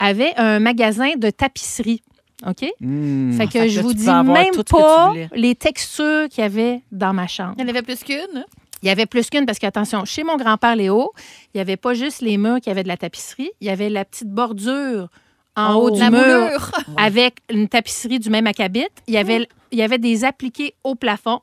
avait un magasin de tapisserie. OK? Hmm. Hmm. Fait que je vous dis même pas les textures qu'il y avait dans ma chambre. Il y en avait plus qu'une. Il y avait plus qu'une parce que, attention, chez mon grand-père Léo, il n'y avait pas juste les murs qui avaient de la tapisserie, il y avait la petite bordure en Oh. haut du La mur moulure. Oh. avec une tapisserie du même acabit. Il y avait, il y avait des appliqués au plafond.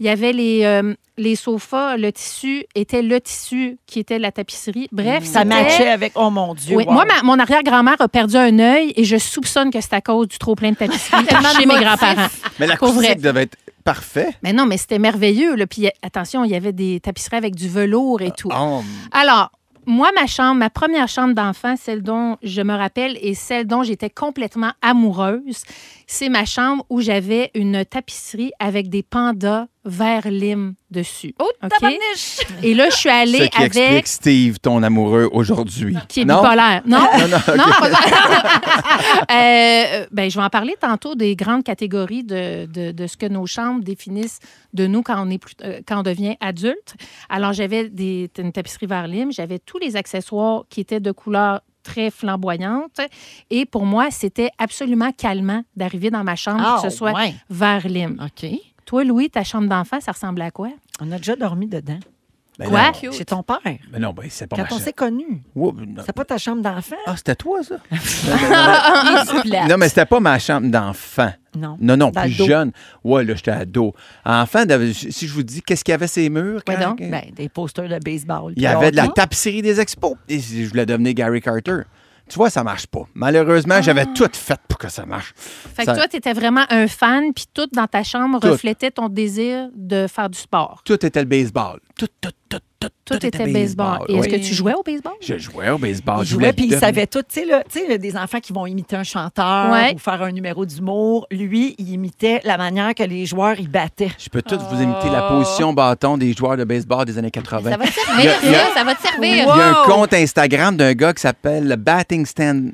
Il y avait les, euh, les sofas, le tissu était le tissu qui était la tapisserie. Bref, Ça c'était- matchait avec. Oh mon Dieu. oui. wow. Moi, ma- mon arrière-grand-mère a perdu un œil et je soupçonne que c'est à cause du trop plein de tapisserie Tellement de chez mes motifs. grands-parents. Mais la Pour vrai. cousine devait être parfait. Mais non, mais c'était merveilleux. Là. Puis attention, il y avait des tapisseries avec du velours et tout. Oh, Alors, moi, ma chambre, ma première chambre d'enfant, celle dont je me rappelle et celle dont j'étais complètement amoureuse, c'est ma chambre où j'avais une tapisserie avec des pandas vert lime dessus. Oh, tabarniche! Ben, Et là, je suis ce allée qui avec explique Steve, ton amoureux, aujourd'hui. qui est Non? bipolaire. Non, Non, non, ok. pas- Euh, ben, je vais en parler tantôt des grandes catégories de, de- de ce que nos chambres définissent de nous quand on, est plus, euh, quand on devient adulte. Alors, j'avais des- une tapisserie vers lime, j'avais tous les accessoires qui étaient de couleur très flamboyante. Et pour moi, c'était absolument calmant d'arriver dans ma chambre, Ah, que ce soit ouais. vers lime. OK. Toi, Louis, ta chambre d'enfant, ça ressemblait à quoi? On a déjà dormi dedans. Ben Quoi? non. Chez ton père. Mais non, ben, c'est pas Quand ma on chambre. s'est connus. Ouh, non. C'est pas ta chambre d'enfant. Ah, c'était toi, ça? Non, mais c'était pas ma chambre d'enfant. Non. Non, non, plus D'ado. jeune. Ouais, là, j'étais ado. Enfant, d'avais- si je vous dis, qu'est-ce qu'il y avait ces murs? Ouais, Ah, quand- donc, ben, des posters de baseball. Il y avait de la tapisserie des expos. Et je voulais devenir Gary Carter. Tu vois, ça marche pas. Malheureusement, j'avais tout fait pour que ça marche. Ah. Fait Ça- que toi, tu étais vraiment un fan, puis tout dans ta chambre Tout. reflétait ton désir de faire du sport. Tout était le baseball. Tout, tout, tout, tout, Tout, était était baseball. Et oui. est-ce que tu jouais au baseball? Je jouais au baseball. Ils Je voulais jouaient, puis ils devenir- savaient tout. Tu sais, là, tu sais, là, des enfants qui vont imiter un chanteur Ouais. ou faire un numéro d'humour, lui, il imitait la manière que les joueurs y battaient. Je peux tous vous imiter Ah. la position bâton des joueurs de baseball des années 80. Ça va te Il y servir, a- il y a- ça, ça va te servir. Il y a un compte Instagram d'un gars qui s'appelle le Batting Stand,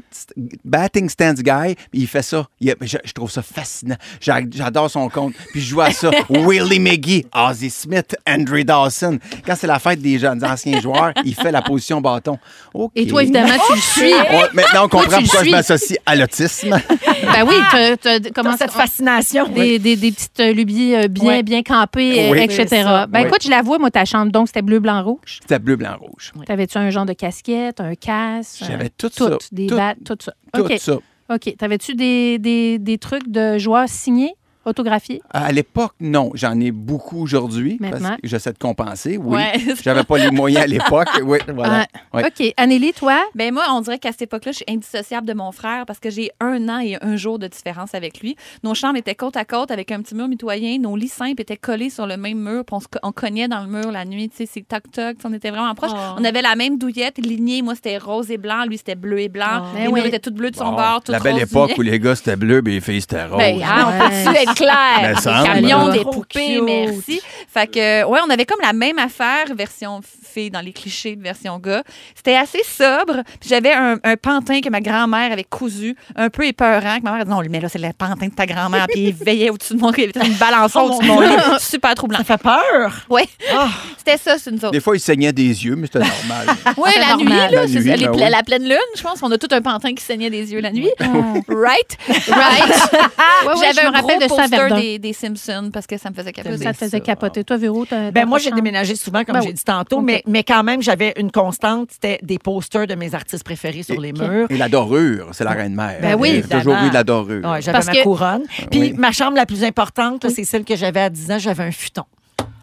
Batting Stance Guy. puis Il fait ça. Il- je, je trouve ça fascinant. J'a- J'adore son compte. Puis je joue à ça. Willie McGee, Ozzy Smith, Andre Dawson. Quand c'est la fête des, jeunes, des anciens joueurs, il fait la position bâton. OK. Et toi, évidemment, tu le suis. Ouais, maintenant, on Toi, comprend tu le pourquoi je suis. m'associe à l'autisme. Ben oui, t'as- t'as- comment cette ça- fascination. Des, des- des petites euh, lubies euh, bien, Ouais. bien campées, euh, Oui. etc. C'est ça. Ben Oui. écoute, je l'avoue, moi, ta chambre, donc, c'était bleu, blanc, rouge. C'était bleu, blanc, rouge. T'avais-tu un genre de casquette, un casque? J'avais un- tout ça. Des Tout- battes, tout ça. tout OK. ça. OK. T'avais-tu des, des- des trucs de joueurs signés, autographiés? À l'époque, non. J'en ai beaucoup aujourd'hui. Maintenant. Parce que j'essaie de compenser, oui. Ouais. J'avais pas les moyens à l'époque. Oui, voilà. Ah, Ouais. OK. Anneli, toi? Ben moi, on dirait qu'à cette époque-là, je suis indissociable de mon frère parce que j'ai un an et un jour de différence avec lui. Nos chambres étaient côte à côte avec un petit mur mitoyen. Nos lits simples étaient collés sur le même mur. puis on, se co- on cognait dans le mur la nuit. Tu sais, c'est toc-toc. tu sais, On était vraiment proches. Oh. On avait la même douillette lignée. Moi, c'était rose et blanc. Lui, c'était bleu et blanc. Oh. Les Ben murs oui. étaient toutes bleues de son Bon, bord. toutes la belle roses du époque mien. où les gars c'était bleu, puis les filles c'était rose. Ben, hein, on Ouais. peut-tu être Ben, clair? Des semble. camions, des Trop Oh, poupées, cute. merci. Fait que, ouais, on avait comme la même affaire, version fille dans les clichés de version gars. C'était assez sobre. Puis j'avais un, un pantin que ma grand-mère avait cousu, un peu épeurant, que ma mère a dit non, mais là, c'est le pantin de ta grand-mère. Puis il veillait au-dessus de mon lit, il était une balançon au-dessus de mon lit. Super troublant. Oh, Ça fait peur. Ouais. Ah. C'était ça, c'est nous autres. Des fois, ils saignaient des yeux, mais c'était normal. Oui, C'est la normal. nuit, là, La c'est nuit, ça, les ben pla- oui. la pleine lune, je pense qu'on a tout un pantin qui saignait des yeux la nuit. Right? Right? Ouais, ouais, J'avais je un me rappelle gros de ça à poster Verdun. des, des Simpsons parce que ça me faisait capoter. Ça te faisait capoter. Toi, Véro, t'as- Ben dans moi, ta j'ai chambre? déménagé souvent, comme Ben j'ai oui. dit tantôt, OK. mais, mais quand même, j'avais une constante, c'était des posters de mes artistes préférés sur les murs. Et la dorure, c'est la reine-mère. Ben oui, J'ai toujours évidemment. eu de la dorure. Ouais, j'avais Parce ma que- couronne. Puis oui. ma chambre la plus importante, là, c'est celle que j'avais à 10 ans, j'avais un futon.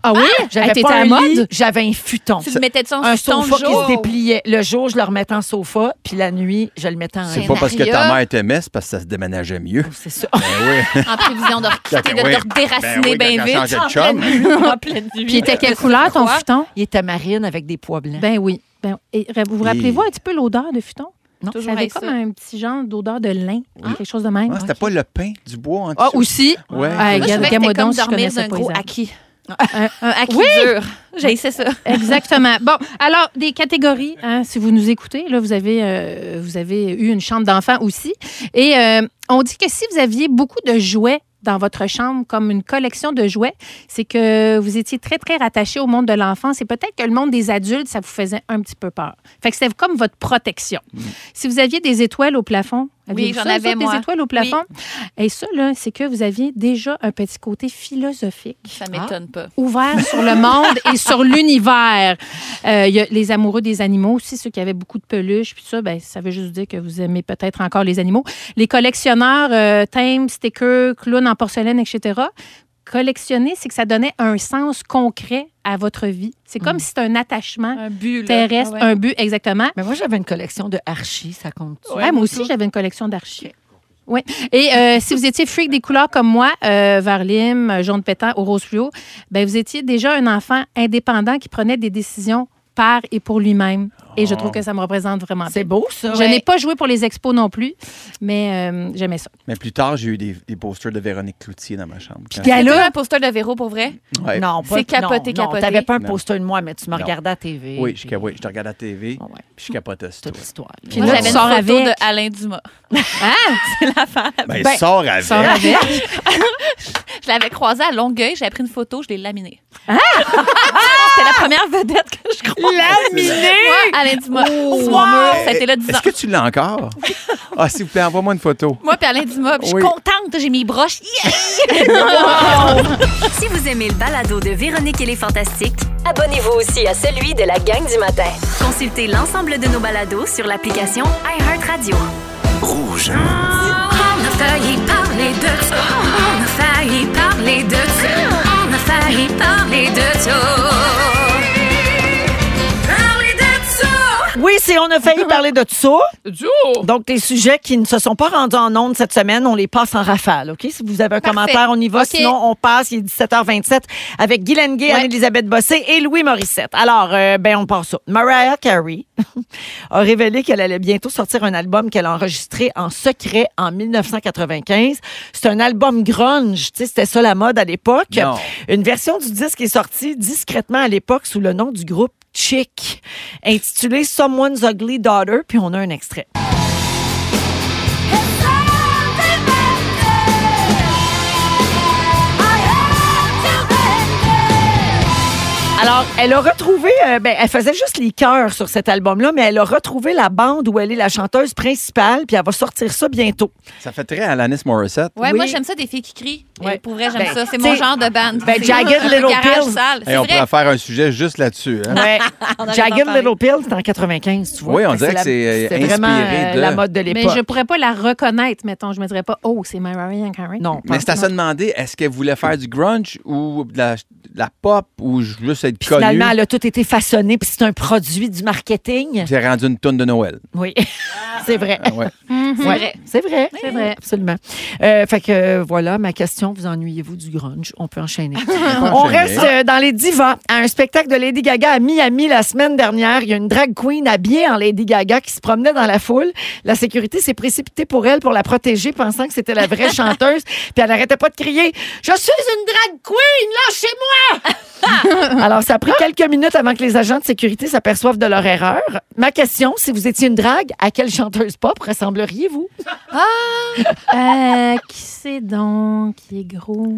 Ah oui? J'avais Hey, pas t'étais un à mode? lit, j'avais un futon. Tu le mettais de son Un sur ton sofa qui jour. se dépliait. Le jour, je le remettais en sofa, puis la nuit, je le mettais en C'est haine. pas parce que ta Maria. mère t'aimait, c'est parce que ça se déménageait mieux. Ah, C'est ça. en prévision de quitter, Ben de te déraciner bien vite. de chum. En pleine nuit. Puis, il était Euh, quelle couleur ton Quoi? futon? Il était marine avec des pois blancs. Ben oui. Ben, et vous vous Et- rappelez-vous un petit peu l'odeur de futon? Non. Ça avait comme un petit genre d'odeur de lin, quelque chose de même. Ah, c'était Ok. pas le pain, du bois en Ah, dessous. aussi. Ouais. Ah, Moi, je regarde, trouvais que c'était Gamodon, comme si je dormir connaissais d'un pas gros les arbres. acquis. Un, un acquis Oui! dur. J'ai essayé ça. Exactement. Bon, alors, des catégories, hein, si vous nous écoutez, là, vous avez, euh, vous avez eu une chambre d'enfant aussi. Et euh, on dit que si vous aviez beaucoup de jouets dans votre chambre, comme une collection de jouets, c'est que vous étiez très, très rattaché au monde de l'enfance et peut-être que le monde des adultes, ça vous faisait un petit peu peur. Fait que c'était comme votre protection. Si vous aviez des étoiles au plafond, aviez-vous j'en ça, vous avais, autres, moi. des étoiles au Oui. plafond. Et ça, là, c'est que vous aviez déjà un petit côté philosophique. Ça m'étonne pas. Ouvert sur le monde et sur l'univers. Euh, Il y a les amoureux des animaux aussi, ceux qui avaient beaucoup de peluches, puis ça, ben, ça veut juste dire que vous aimez peut-être encore les animaux. Les collectionneurs, euh, thèmes, stickers, clowns en porcelaine, etc. Collectionner, c'est que ça donnait un sens concret à votre vie. C'est comme si c'était un attachement terrestre, Mm. Euh, Ah ouais. un but, exactement. Mais moi, j'avais une collection de archis, ça compte. Ah, moi aussi, j'avais une collection d'archives. Oui. Et euh, si vous étiez freak des couleurs comme moi, euh, vert lime, euh, jaune pétant ou rose fluo, ben vous étiez déjà un enfant indépendant qui prenait des décisions par et pour lui-même. Et Oh. je trouve que ça me représente vraiment C'est beau, ça. Ah, Je Ouais. n'ai pas joué pour les expos non plus, mais euh, j'aimais ça. Mais plus tard, j'ai eu des, des posters de Véronique Cloutier dans ma chambre. un poster de Véro pour vrai? Ouais. Non, pas, C'est capoté, non, non, capoté. T'avais pas un Non. poster de moi, mais tu me Non. regardais à TV. Oui, je, oui, je te regardais à la TV, puis je capotais sur toi. Puis moi, Ouais. j'avais une Sors photo avec. de Alain Dumas. Hein? C'est l'affaire. la Ben, plus- sors avec. sors avec. je l'avais croisé à Longueuil, j'avais pris une photo, je l'ai laminée. C'était la première vedette que je croisais. Laminée? Moi, Alain Dumas. Sur mon mur, ça a été là 10 ans. Est-ce que tu l'as encore? ah, s'il vous plaît, envoie-moi une photo. Moi, puis Alain Dumas, puis je Oui. suis contente, j'ai mis broche. si vous aimez le balado de Véronique et les Fantastiques, Abonnez-vous aussi à celui de la gang du matin. consultez l'ensemble de nos balados sur l'application iHeartRadio. Rouge. On a failli parler de ça. On a failli parler de ça. On a failli parler de ça. Parler de ça. Oui, c'est on a failli parler de ça. Donc, des sujets qui ne se sont pas rendus en ondes cette semaine, on les passe en rafale, OK? Si vous avez un Parfait. commentaire, on y va. OK. Sinon, on passe. Il est 17h27 avec Guy Lenguet, Anne-Elisabeth Bossé et Louis Morissette. Alors, euh, ben, on passe ça. Mariah Carey a révélé qu'elle allait bientôt sortir un album qu'elle a enregistré en secret en 1995. C'est un album grunge. Tu sais, c'était ça la mode à l'époque. Non. Une version du disque est sortie discrètement à l'époque sous le nom du groupe Chick, intitulé Someone's Ugly Daughter, puis on a un extrait. Alors, elle a retrouvé, euh, ben, elle faisait juste les chœurs sur cet album-là, mais elle a retrouvé la bande où elle est la chanteuse principale, puis elle va sortir ça bientôt. Ça fait très Alanis Morissette. Ouais, Oui. moi, j'aime ça, des filles qui crient. Et pour vrai, j'aime Ben, ça. C'est tu mon sais, genre de band. ben, C'est Jagged un Little garage Pill. sale. Hey, C'est on vrai. pourrait faire un sujet juste là-dessus. hein? Ouais. On avait Jagged entendu. Little Pill, c'est en 95, tu vois. Oui, on Fait que dirait que la- c'est, euh, c'était vraiment inspiré euh, de- la mode de Mais l'époque. je pourrais pas la reconnaître, mettons. Je me dirais pas, oh, c'est Mariah Carey. Non. Mais c'est à se demander, est-ce qu'elle voulait faire du grunge ou de la, de la pop ou juste être connue? Finalement, elle a tout été façonnée, puis c'est un produit du marketing. Puis elle a rendu une tonne de Noël. Ah, Oui, c'est vrai. Ouais. Mhm. Ouais. vrai. C'est vrai. C'est vrai. Absolument. Euh, fait que euh, voilà, ma question, vous ennuyez-vous du grunge? On peut enchaîner. On enchaîner. reste euh, dans les divas. À un spectacle de Lady Gaga à Miami la semaine dernière, il y a une drag queen habillée en Lady Gaga qui se promenait dans la foule. La sécurité s'est précipitée pour elle pour la protéger, pensant que c'était la vraie chanteuse. Puis elle n'arrêtait pas de crier « Je suis une drag queen! Lâchez-moi! » Alors, ça a pris quelques minutes avant que les agents de sécurité s'aperçoivent de leur erreur. Ma question, si vous étiez une drague, à quelle chanteuse pop ressembleriez-vous? Euh, qui c'est donc qui est gros?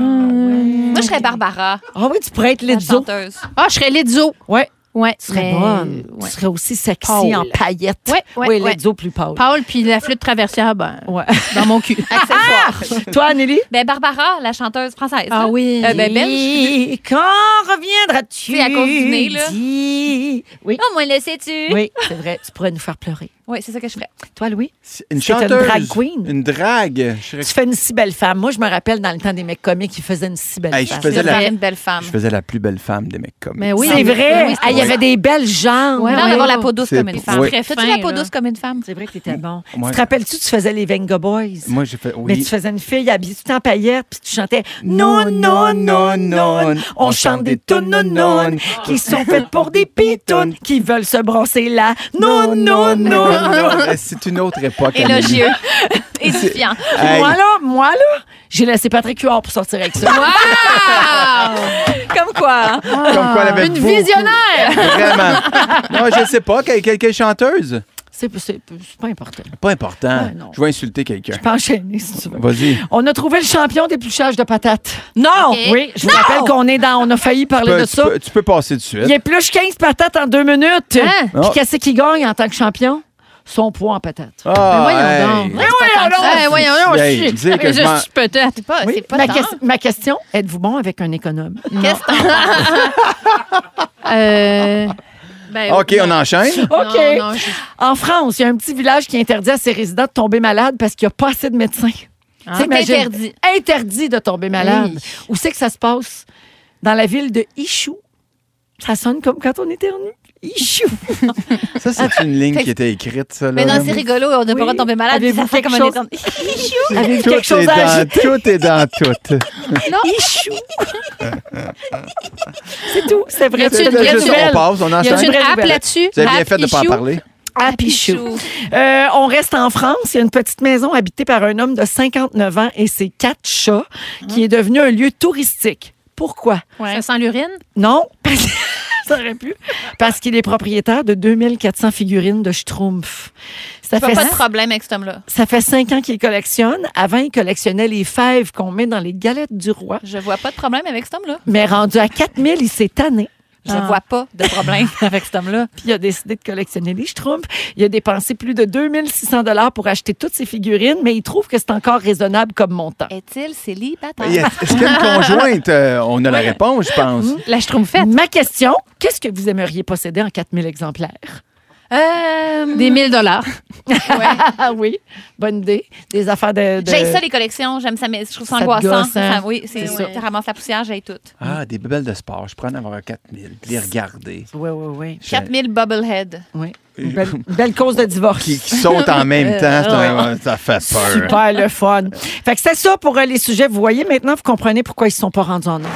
Moi, je serais Barbara, Ah oui, tu pourrais être la Lizzo. chanteuse. Ah, je serais Lizzo. Ouais. Ouais. Tu serais mais- bonne. ouais. Tu serais aussi sexy Paul. en paillettes. Ouais, ouais, oui, ouais. Lizzo plus pâle. Paul, puis la flûte traversière, ben, Ouais. dans mon cul. Accessoire. Ah, Toi, Nelly? Ben, Barbara, la chanteuse française. là. oui. Euh, ben, belge. Ah Oui, Quand reviendras-tu? C'est à cause du nez, là. Dis- Oui, Oh, moi, le sais-tu? oui c'est vrai. Tu pourrais nous faire pleurer. Oui, c'est ça que je ferais. Toi, Louis? Une C'est une chanteuse. drag queen. Une drague. Je, serais- Tu fais une si belle femme. Moi, je me rappelle dans le temps des mecs comiques, ils faisaient une si belle Hey, je femme. faisais Je la- ferais une belle femme. je faisais la plus belle femme des mecs comme Mais Ben oui, C'est mais- vrai. mais oui, Ah, il y vrai. avait des belles jambes. Ouais, Non, ouais. d'avoir la peau douce C'est comme une pour- femme. oui. Très Fais-tu fin, la peau là. douce comme une femme? C'est vrai que t'étais bon. Tu Ouais. te rappelles-tu, tu faisais les Venga Boys? Moi, j'ai fait. Mais Oui. tu faisais une fille habillée tout en paillettes, puis tu chantais Non, Non, non, non, non. On chante des tonnes non, non, qui sont faites pour des pitounes qui veulent se brosser là. Non, non, non, non. C'est une autre époque. Amélie. Élogieux. Édifiant. Hey. Moi, là, moi, là, j'ai laissé Patrick Huard pour sortir avec ça. Comme quoi. Comme quoi, elle avait Une beaucoup- visionnaire. Vraiment. Non, je sais pas. Quelle, quelle- quelle chanteuse? C'est c'est- c'est pas important. Pas Ben, important. je vais insulter quelqu'un. Je peux enchaîner, si tu veux. Vas-y. On a trouvé le champion d'épluchage de patates. Non! Oui, je vous rappelle qu'on est dans. On a failli Tu parler peux, de tu ça. peux- tu peux passer de suite. Il épluche 15 patates en deux minutes. Hein? Puis Oh. qu'est-ce qu'il gagne en tant que champion? Son poids en patates. Ah, Ben, hey. Eh, voyons donc, Hey, je suis- dis que je je m'en- suis peut-être. C'est pas- c'est pas ma, tant. ques- ma question, êtes-vous bon avec un économe? Euh, ben, OK, on enchaîne? OK. En France, il y a un petit village qui interdit à ses résidents de tomber malade parce qu'il n'y a pas assez de médecins. Ah. Tu imagines? C'est interdit. Interdit de tomber malade. Oui. Où c'est que ça se passe? Dans la ville de Ichou. Ça sonne comme quand on éternue. Ichou. Oh. Ça, c'est une ligne qui était écrite, ça. Mais là, non, là. c'est rigolo, on n'a pas le droit de tomber malade. Avez-vous ça fait quelque comme chose- un étendue. Ichou. Avez-vous Tout quelque chose est à dans- ajouter? Tout est dans tout. Non. C'est tout. C'est vrai. C'est une vraie juste- nouvelle. on passe, on Y a enchaîne. une vraie App nouvelle. là-dessus? Vous avez bien App fait de pas en Ichou. parler. App Ichou. Euh, on reste en France. Il y a une petite maison habitée par un homme de 59 ans et ses quatre chats qui est devenu un lieu touristique. Pourquoi? Ça sent l'urine? Non. Ça aurait pu. Parce qu'il est propriétaire de 2400 figurines de Schtroumpf. Je Ça vois fait, pas de problème avec cet homme-là. ça fait cinq ans qu'il collectionne. Avant, il collectionnait les fèves qu'on met dans les galettes du roi. Je vois pas de problème avec cet homme-là. Mais rendu à 4000, il s'est tanné. Je vois pas de problème avec cet homme-là. Puis il a décidé de collectionner les Schtroumpfs. Il a dépensé plus de 2600 dollars pour acheter toutes ses figurines, mais il trouve que c'est encore raisonnable comme montant. Est-il célibataire? Y a- Est-ce qu'il y a une conjointe? Euh, on a la réponse, je pense. La Eh ben, Schtroumpfette. Ma question, qu'est-ce que vous aimeriez posséder en 4000 exemplaires? Des 1000 dollars. oui, bonne idée. Des affaires de... de- Euh, J'ai ça, les collections. J'aime ça, mais je trouve ça Ça te angoissant. gosse, hein? Enfin, oui, C'est c'est ça. ouais. Tu ramasses la poussière, j'ai tout. Ah, des bebelles de sport. Je prends en avoir 4000. Les regarder. Oui, oui, oui. 4000 bobblehead. Oui. Une belle, une belle cause de divorce. Qui, qui sautent en même temps. c'est un- Ça fait peur. Euh, Super le fun. Fait que c'est ça pour euh, les sujets. Vous voyez maintenant, vous comprenez pourquoi ils ne sont pas rendus en ordre.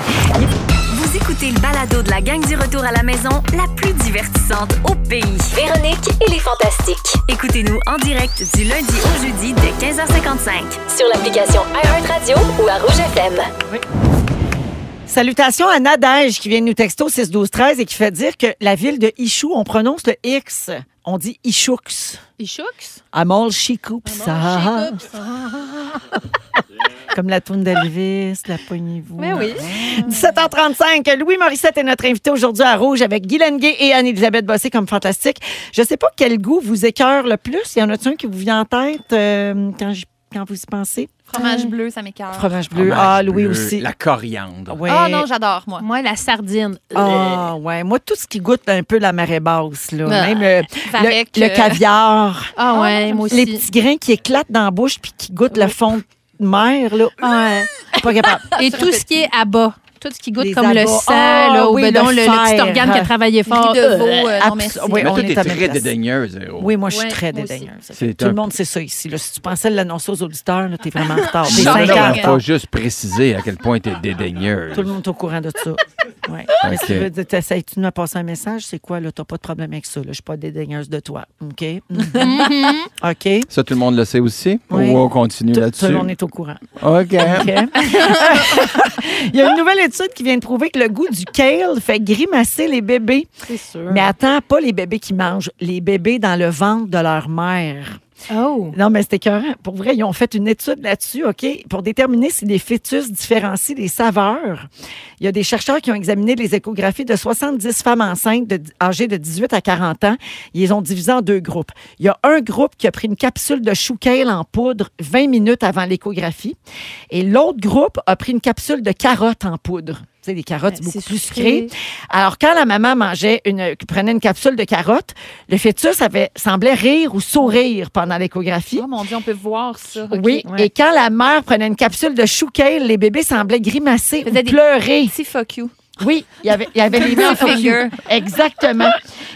Vous écoutez le balado de la gang du retour à la maison, la plus divertissante au pays. Véronique et les Fantastiques. Écoutez-nous en direct du lundi au jeudi dès 15h55 sur l'application iHeartRadio ou à Rouge FM. Salutations à Nadège qui vient de nous texto 6 12 13 et qui fait dire que la ville de Ichou, on prononce le X, on dit Ichoux. Ichoux? Amol Chikoupsa. Comme la toune d'Elvis, la poignez-vous. Mais oui. 17h35, Louis Morissette est notre invité aujourd'hui à Rouge avec Guylaine Gay et Anne-Elisabeth Bossé comme fantastique. Je sais pas quel goût vous écœure le plus. Il y en a-t-il un qui vous vient en tête euh, quand, j'y- quand vous y pensez? Fromage bleu, ça m'écarte. Fromage bleu. Fromage ah, Louis bleu, aussi. La coriandre. Ouais. Ah non, j'adore, moi. Moi, la sardine. Ah, ouais. Moi, tout ce qui goûte un peu la marée basse, là. Ah, Même le, varec, le- le euh, caviar. Ah ouais, moi Les aussi. petits grains qui éclatent dans la bouche puis qui goûtent le fond de mer, là. Pas capable. Et tout ce qui est à bas. Tout ce qui goûte Les comme le abats. sang, Ah, là, ou oui, ben le donc, le, le petit fer. organe qui a travaillé fort. Riz de veau, euh, non, Abs- merci. oui, Mais on toi, est t'es à même très place. dédaigneuse, Véro. Oui, moi, je Ouais, suis très moi aussi. dédaigneuse. C'est Tout un- le monde sait ça ici. là. Si tu pensais l'annoncer aux auditeurs, là, t'es vraiment en retard. T'es Mais non, cinq ans en non, retard. faut juste préciser à quel point t'es dédaigneuse. Tout le monde est au courant de ça. Ouais. Mais Ok. si tu veux dire, t'essayes- tu me passer un message, c'est quoi, là? T'as pas de problème avec ça, là. Je suis pas dédaigneuse de toi. OK? Mm-hmm. Mhm. OK? Ça, tout le monde le sait aussi? Oui. Ou on continue Tout- là-dessus? Tout le monde est au courant. OK. OK. Il y a une nouvelle étude qui vient de prouver que le goût du kale fait grimacer les bébés. C'est sûr. Mais attends, pas les bébés qui mangent, les bébés dans le ventre de leur mère. Oh. Non, mais c'était écœurant. Pour vrai, ils ont fait une étude là-dessus, OK, pour déterminer si les fœtus différencient les saveurs. Il y a des chercheurs qui ont examiné les échographies de 70 femmes enceintes de- âgées de 18 à 40 ans. Ils les ont divisées en deux groupes. Il y a un groupe qui a pris une capsule de chou kale en poudre 20 minutes avant l'échographie et l'autre groupe a pris une capsule de carotte en poudre. Tu sais, les carottes, Ben, c'est beaucoup plus sucré. Alors, quand la maman mangeait une, prenait une capsule de carotte, le fœtus avait, semblait rire ou sourire pendant l'échographie. Oh mon Dieu, on peut voir ça. OK. Oui, Ouais. et quand la mère prenait une capsule de chou kale, les bébés semblaient grimacer ou Faisait des pleurer. Petit fuck you. Oui, il y avait, il y avait les mères Full figure. figures. Exactement.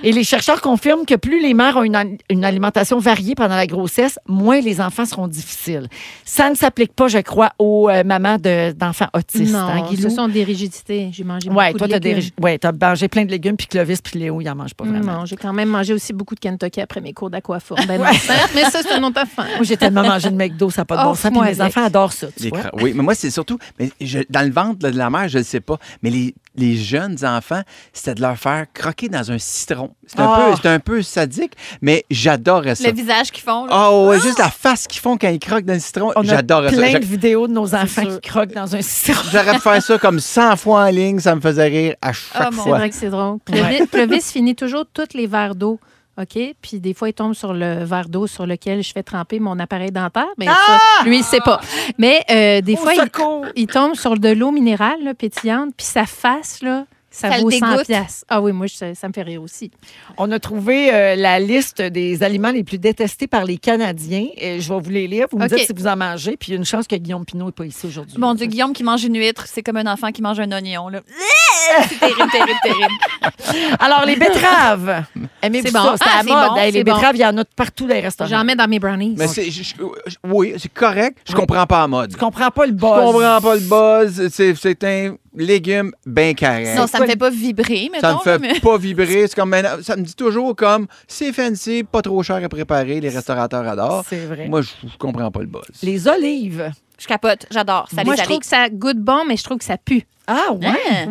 Et les chercheurs confirment que plus les mères ont une, al- une alimentation variée pendant la grossesse, moins les enfants seront difficiles. Ça ne s'applique pas, je crois, aux euh, mamans de- d'enfants autistes. hein, Non, Guilou? ce sont des rigidités. J'ai mangé Ouais, beaucoup toi, de t'as des légumes. rég- Mm, ouais, t'as mangé plein de légumes, puis Clovis, puis Léo, ils en mangent pas vraiment. Non, j'ai quand même mangé aussi beaucoup de Kentucky après mes cours d'aquaforme. Ben non, certes, mais ça, c'est un autre affaire. Moi, j'ai tellement mangé de McDo, ça n'a pas de bon Oh, sens, puis moi mes avec. enfants adorent ça, tu Les vois. cra- Oui, mais moi, c'est surtout. Mais je- dans le ventre là, de la mère, je ne sais pas. Mais les, les jeunes enfants, c'était de leur faire croquer dans un citron. C'est un, Ah. peu- c'est un peu sadique, mais j'adorais ça. Le visage qu'ils font. là. Ah ouais, juste la face qu'ils font quand ils croquent dans le citron. On a J'adorais ça. plein J'a- de vidéos de nos enfants qui croquent dans un citron. J'arrête de faire ça comme 100 fois en ligne, ça me faisait rire à chaque C'est fois. vrai que c'est drôle. Ouais. Clovis, Clovis finit toujours tous les verres d'eau. OK? Puis des fois, il tombe sur le verre d'eau sur lequel je fais tremper mon appareil dentaire. Mais ça, lui, il sait pas. Mais euh, des Au fois, secours! il, il tombe sur de l'eau minérale là, pétillante, puis sa face, là, ça, Ça le vaut 100 dégoûte. piastres. Ah oui, moi, je- ça me fait rire aussi. On a trouvé euh, la liste des aliments les plus détestés par les Canadiens. Et je vais vous les lire. Vous me OK. dites si vous en mangez. Puis il y a une chance que Guillaume Pinot n'est pas ici aujourd'hui. Mon Dieu, Guillaume qui mange une huître, c'est comme un enfant qui mange un oignon. là. C'est terrible, terrible, terrible. Alors, les betteraves. Aimez-vous C'est bon. ça? C'est Ah, à la c'est mode. bon, Hey, les c'est bon. betteraves, il y en a de partout dans les restaurants. J'en mets dans mes brownies. Mais c'est- je- je- je- oui, c'est correct. Je comprends pas la mode. Je Tu comprends pas le buzz. comprends pas le buzz. C'est c'est un légume bien carré. Non, ça me fait pas vibrer, mettons. Ça me fait là, mais- pas vibrer. C'est comme maintenant- ça me dit toujours comme c'est fancy, pas trop cher à préparer, les restaurateurs adorent. C'est vrai. Moi, je je comprends pas le buzz. Les olives. Je capote, j'adore. Ça Moi, les je trouve que ça goûte bon, mais je trouve que ça pue. Ah, Hein?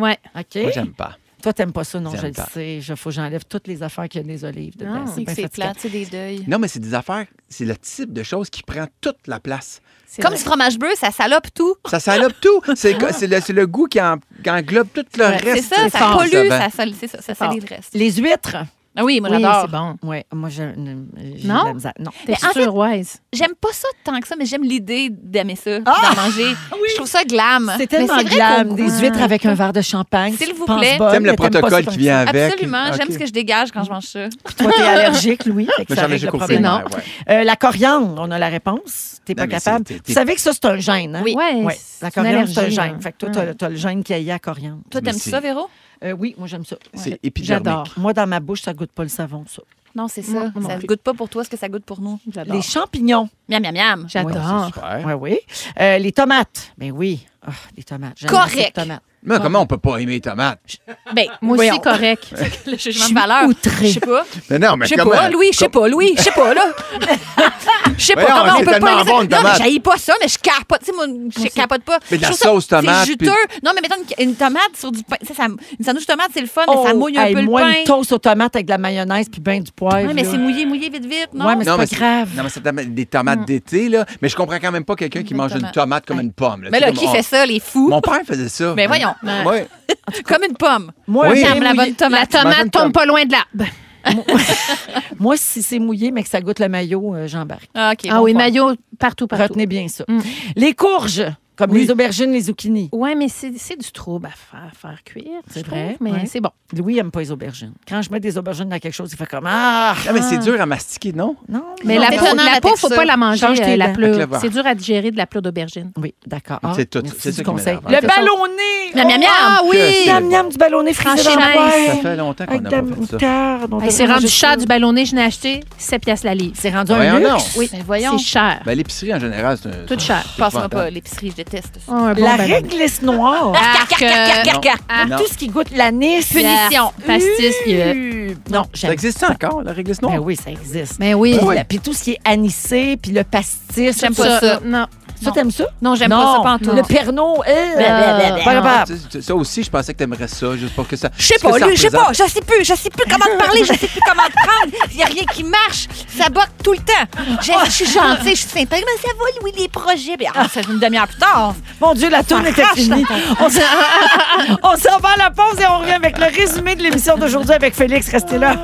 ouais. Ouais. OK. Moi, j'aime pas. Toi, t'aimes pas ça, non, J'aime je le pas. sais. Il faut que j'enlève toutes les affaires qui ont des olives dedans. Non, C'est bien c'est fatigant. plat, tu sais, des deuils. Non, ben, mais c'est des affaires, c'est le type de choses qui prend toute la place. C'est Comme vrai. du fromage bleu, ça salope tout. Ça salope tout. C'est co- c'est le, c'est le goût qui, en- qui englobe tout le Ouais, C'est reste. ça, ça fort, pollue, ben. ça sale- c'est ça, ça salit le reste. Les huîtres. Ah oui, moi Oui, j'adore. c'est bon. Oui, moi, j'ai une- j'ai de Non? la misère. Non. T'es en fait- sûr, Wise? J'aime pas ça tant que ça, mais j'aime l'idée d'aimer ça, Ah! d'en manger. Je trouve ça glam. C'est Mais tellement vrai qu'au glam. goût- Des huîtres avec un verre de champagne. S'il Tu vous penses plaît. bonne, T'aimes le mais pas protocole ça qui vient avec. Ah, Absolument, j'aime Ok. ce que je dégage quand je mange ça. Toi, t'es allergique, Louis. fait que Moi, ça j'en ai règle le coupé problème. une non. heure, ouais. Euh, la coriandre, on a la réponse. T'es pas mais c'est- capable. t'es- t'es- Vous savez que ça, c'est un gène, hein? Oui. Ouais, Ouais. c'est La une coriandre, c'est un allergie, gène. hein. Fait que toi, t'as, t'as le gène qui a à coriandre. Toi, Mais t'aimes c'est- ça, Véro? Euh, oui, moi, j'aime ça. C'est J'adore. épidermique. Moi, dans ma bouche, ça goûte pas le savon, ça. Non, c'est Moi, ça. moi ça non plus. goûte pas pour toi ce que ça goûte pour nous. J'adore. Ah. Les champignons. Miam, miam, miam. J'adore. Super. Oui, oui. Euh, les tomates. Ben oui. Ah, les tomates. J'aime Correct. les tomates. Mais comment on peut pas aimer les tomates? Ben, Moi Oui, aussi, on- correct. le jugement de valeur. outrée. Je sais pas. Mais non, mais Je sais comment- pas, Louis, je sais pas, Louis, je sais pas, là. Je sais pas Voyons, comment c'est on peut tellement pas. bon, non, une mais tomate. j'haïs pas ça, mais je capote. Tu sais, moi, je capote pas. Mais de la Je trouve ça- sauce tomate, C'est juteux. puis- Non, mais mettons une, une tomate sur du pain. Tu sais, ça, une sandwich tomate, c'est le fun, mais Oh, ça mouille un hey, peu le moi, pain. une toast aux tomates avec de la mayonnaise puis ben du poivre. Ouais, mais là. c'est mouillé, mouillé vite, vite. Non, Ouais, mais c'est Non, pas mais c'est- grave. Non, mais c'est tama- des tomates d'été, là. Mais je comprends quand même pas quelqu'un qui Des mange une tomates. tomate comme une pomme. Mais Tu là, sais, qui comme- fait ça, les fous? Mon père faisait ça. Mais voyons. Ouais. Comme une pomme. Moi, Oui. c'est Ferme la mouillé. bonne tomate. La Imagine tomate comme- tombe pas loin de l'arbre. Moi, si c'est mouillé, mais que ça goûte le maillot, euh, j'embarque. Ah, OK. Ah bon oui, point. maillot partout, partout. Retenez bien ça. Les courges, comme les aubergines, les zucchinis. Oui, mais c'est c'est du trouble à faire, faire cuire. C'est je vrai, trouve, Mais ouais. c'est bon. Louis aime pas les aubergines. Quand je mets des aubergines dans quelque chose, il fait comme Ah! Ah, mais c'est dur à mastiquer, non? Non, Mais Non, la mais peau, non, la la peau, faut texture. pas la manger, Change tes euh, la dents. Avec le pleure. verre. C'est dur à digérer de la pleure d'aubergine. Oui, d'accord. Ah, C'est tout- merci c'est du ça qui conseil. m'énerve. Le ballonné! Miam, miam, miam. Ah Que oui! c'est Miam, miam du ballonné frisé Franchise. dans le Ben, poêle. Ça fait longtemps qu'on Avec n'a de la pas fait ça. moutarde. on Hey, devrait C'est rendu manger cher ça. du ballonné, je l'ai acheté 7 piastres la livre. C'est rendu un Voyons luxe. Oui, mais voyons. C'est cher. Ben, l'épicerie, en général, c'est un. Tout cher. Passe-moi pas l'épicerie, je déteste ça. Oh, un bon La ballonné. réglisse noire. Arc, euh, car, car. ah, Non. ben, Ah, Tout ce qui goûte l'anis. Punition. Mm. pastis, puis, euh, Euh, Non, Ça j'aime. existe ça encore, la réglisse Ben noire? oui, ça existe. Mais oui. Puis la- Puis tout ce qui est anisé, puis le pastis. J'aime tout pas ça. Non. Ça, t'aimes ça? Non, j'aime pas ça, pas en tout. Le Pernod, euh, Blablabla. pas capable. Ah, Tu sais, Ça aussi, je pensais que t'aimerais ça, juste pour que ça. Je sais ce que pas, ça lui, je sais pas, représente. je sais plus, je sais plus comment te parler, je sais plus comment te prendre. Il n'y a rien qui marche. Ça botte tout le temps. J'ai- Je suis gentille, je suis sympa. Mais ça va, Louis, les projets. Bien, ah, ça fait une demi-heure plus tard. Mon Dieu, la tourne était finie. On s'en- on s'en va à la pause et on revient avec le résumé de l'émission d'aujourd'hui avec Félix. Restez là.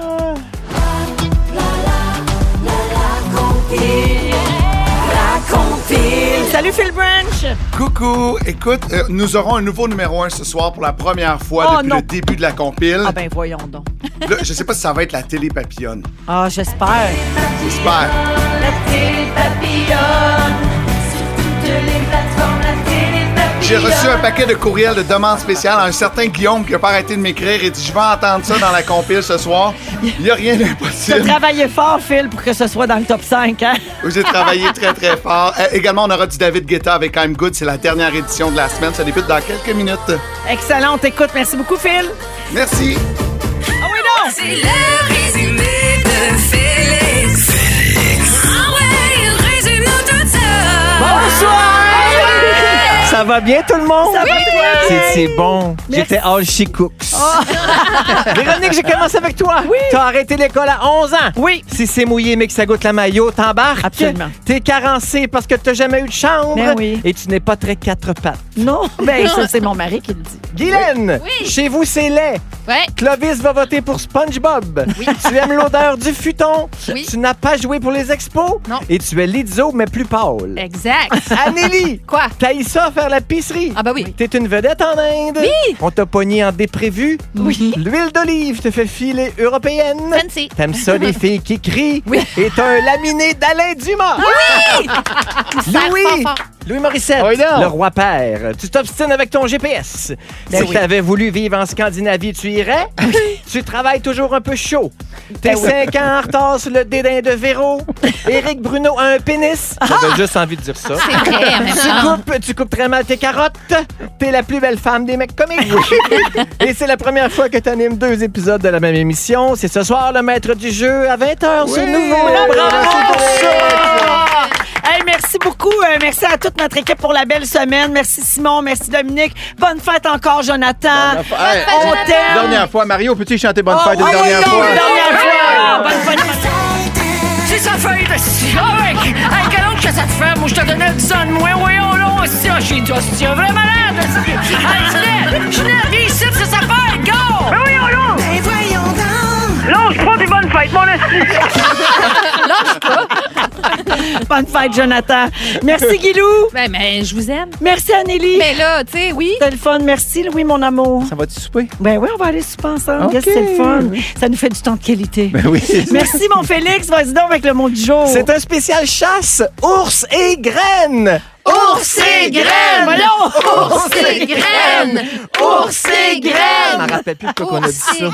Salut Phil Branch. Coucou! Écoute, euh, nous aurons un nouveau numéro 1 ce soir pour la première fois Oh depuis non. le début de la compile. Ah ben voyons donc. Là, je sais pas si ça va être la télé papillonne. Ah, j'espère. J'espère. La télé papillonne, sur toutes les plateformes, la télé papillonne. J'ai reçu un paquet de courriels de demandes spéciales à un certain Guillaume qui a pas arrêté de m'écrire et dit Je vais entendre ça dans la compile ce soir. Il n'y a rien Tu as d'impossible. travaillé fort, Phil, pour que ce soit dans le top 5, hein? Où j'ai travaillé très, très fort. Euh, également, on aura du David Guetta avec I'm Good. C'est la dernière édition de la semaine. Ça débute dans quelques minutes. Excellent, on t'écoute. Merci beaucoup, Phil. Merci. Ah oui, non! C'est le résumé de Félix. Félix. Ah ouais, il résume tout ça. Ça va bien, tout le monde? Ça va, Oui. toi? C'est- C'est bon. J'étais all she cooks. Oh. Véronique, j'ai commencé avec toi. Oui. T'as arrêté l'école à 11 ans. Oui. Si c'est mouillé, mais que ça goûte la maillot, t'embarques. Absolument. T'es carencé parce que t'as jamais eu de chambre. Ben oui. Et tu n'es pas très quatre pattes. Non, ben ça, c'est mon mari qui le dit. Guylaine, chez vous, c'est lait. Ouais. Clovis va voter pour SpongeBob. Tu aimes l'odeur du futon. Tu n'as pas joué pour les expos. Non. Et tu es Lizzo, mais plus pâle. Exact. Anélie! Quoi? T'as ça faire la pisserie. Ah bah oui. T'es une vedette en Inde. Oui. On t'a pogné en déprévu. Oui. L'huile d'olive te fait filer européenne. Fancy. T'aimes ça les filles qui crient. Oui. Et t'as un laminé d'Alain Dumas. Oui! Louis! Louis Morissette, le roi père. Tu t'obstines avec ton GPS. Ben si oui. t'avais voulu vivre en Scandinavie, tu irais. tu travailles toujours un peu chaud. T'es Ben oui. 5 ans en retard sur le dédain de Véro. Éric Bruno a un pénis. J'avais juste envie de dire ça. C'est vrai, en même tu, temps. coupes, tu coupes très mal tes carottes. T'es la plus belle femme des mecs comiques. Et c'est la première fois que t'animes deux épisodes de la même émission. C'est ce soir le maître du jeu à 20h sur Oui. Nouveau. Bravo, Ah! Bravo. Hey, merci beaucoup. Euh, merci à toute notre équipe pour la belle semaine. Merci Simon, merci Dominique. Bonne fête encore, Jonathan. Hey, On t'aime. Dernière fois, Mario, peux-tu chanter Bonne fête une oui, dernière non, fois? oh une Ah, dernière fois. Ah, Bonne fête. C'est sa feuille de cirque! Hey, quel oncle que ça te fait? Moi, je te donnais 10 ans de moins. Voyons, là, aussi, ah, j'ai dit, c'est un vrai malade! hostie. Hey, Ginette! Ginette, viens ici, c'est sa feuille! Go! Mais voyons, là! Ben, voyons donc! Lâche-toi des bonnes fêtes, mon Bonne fête, Jonathan. Merci, Guilou. Ben, mais je vous aime. Merci, Anneli. Mais là, tu sais, oui. C'était le fun. Merci, Louis, mon amour. Ça va-tu souper? Ben oui, on va aller souper ensemble. Ok. Yes, c'est le fun. Ça nous fait du temps de qualité. Ben oui. Merci, mon Félix. Vas-y donc avec le mot du jour. C'est un spécial chasse, ours et graines. Ours et graines! Voyons! Ours et graines! Ours et graines! Je me rappelle plus pourquoi on a dit ça.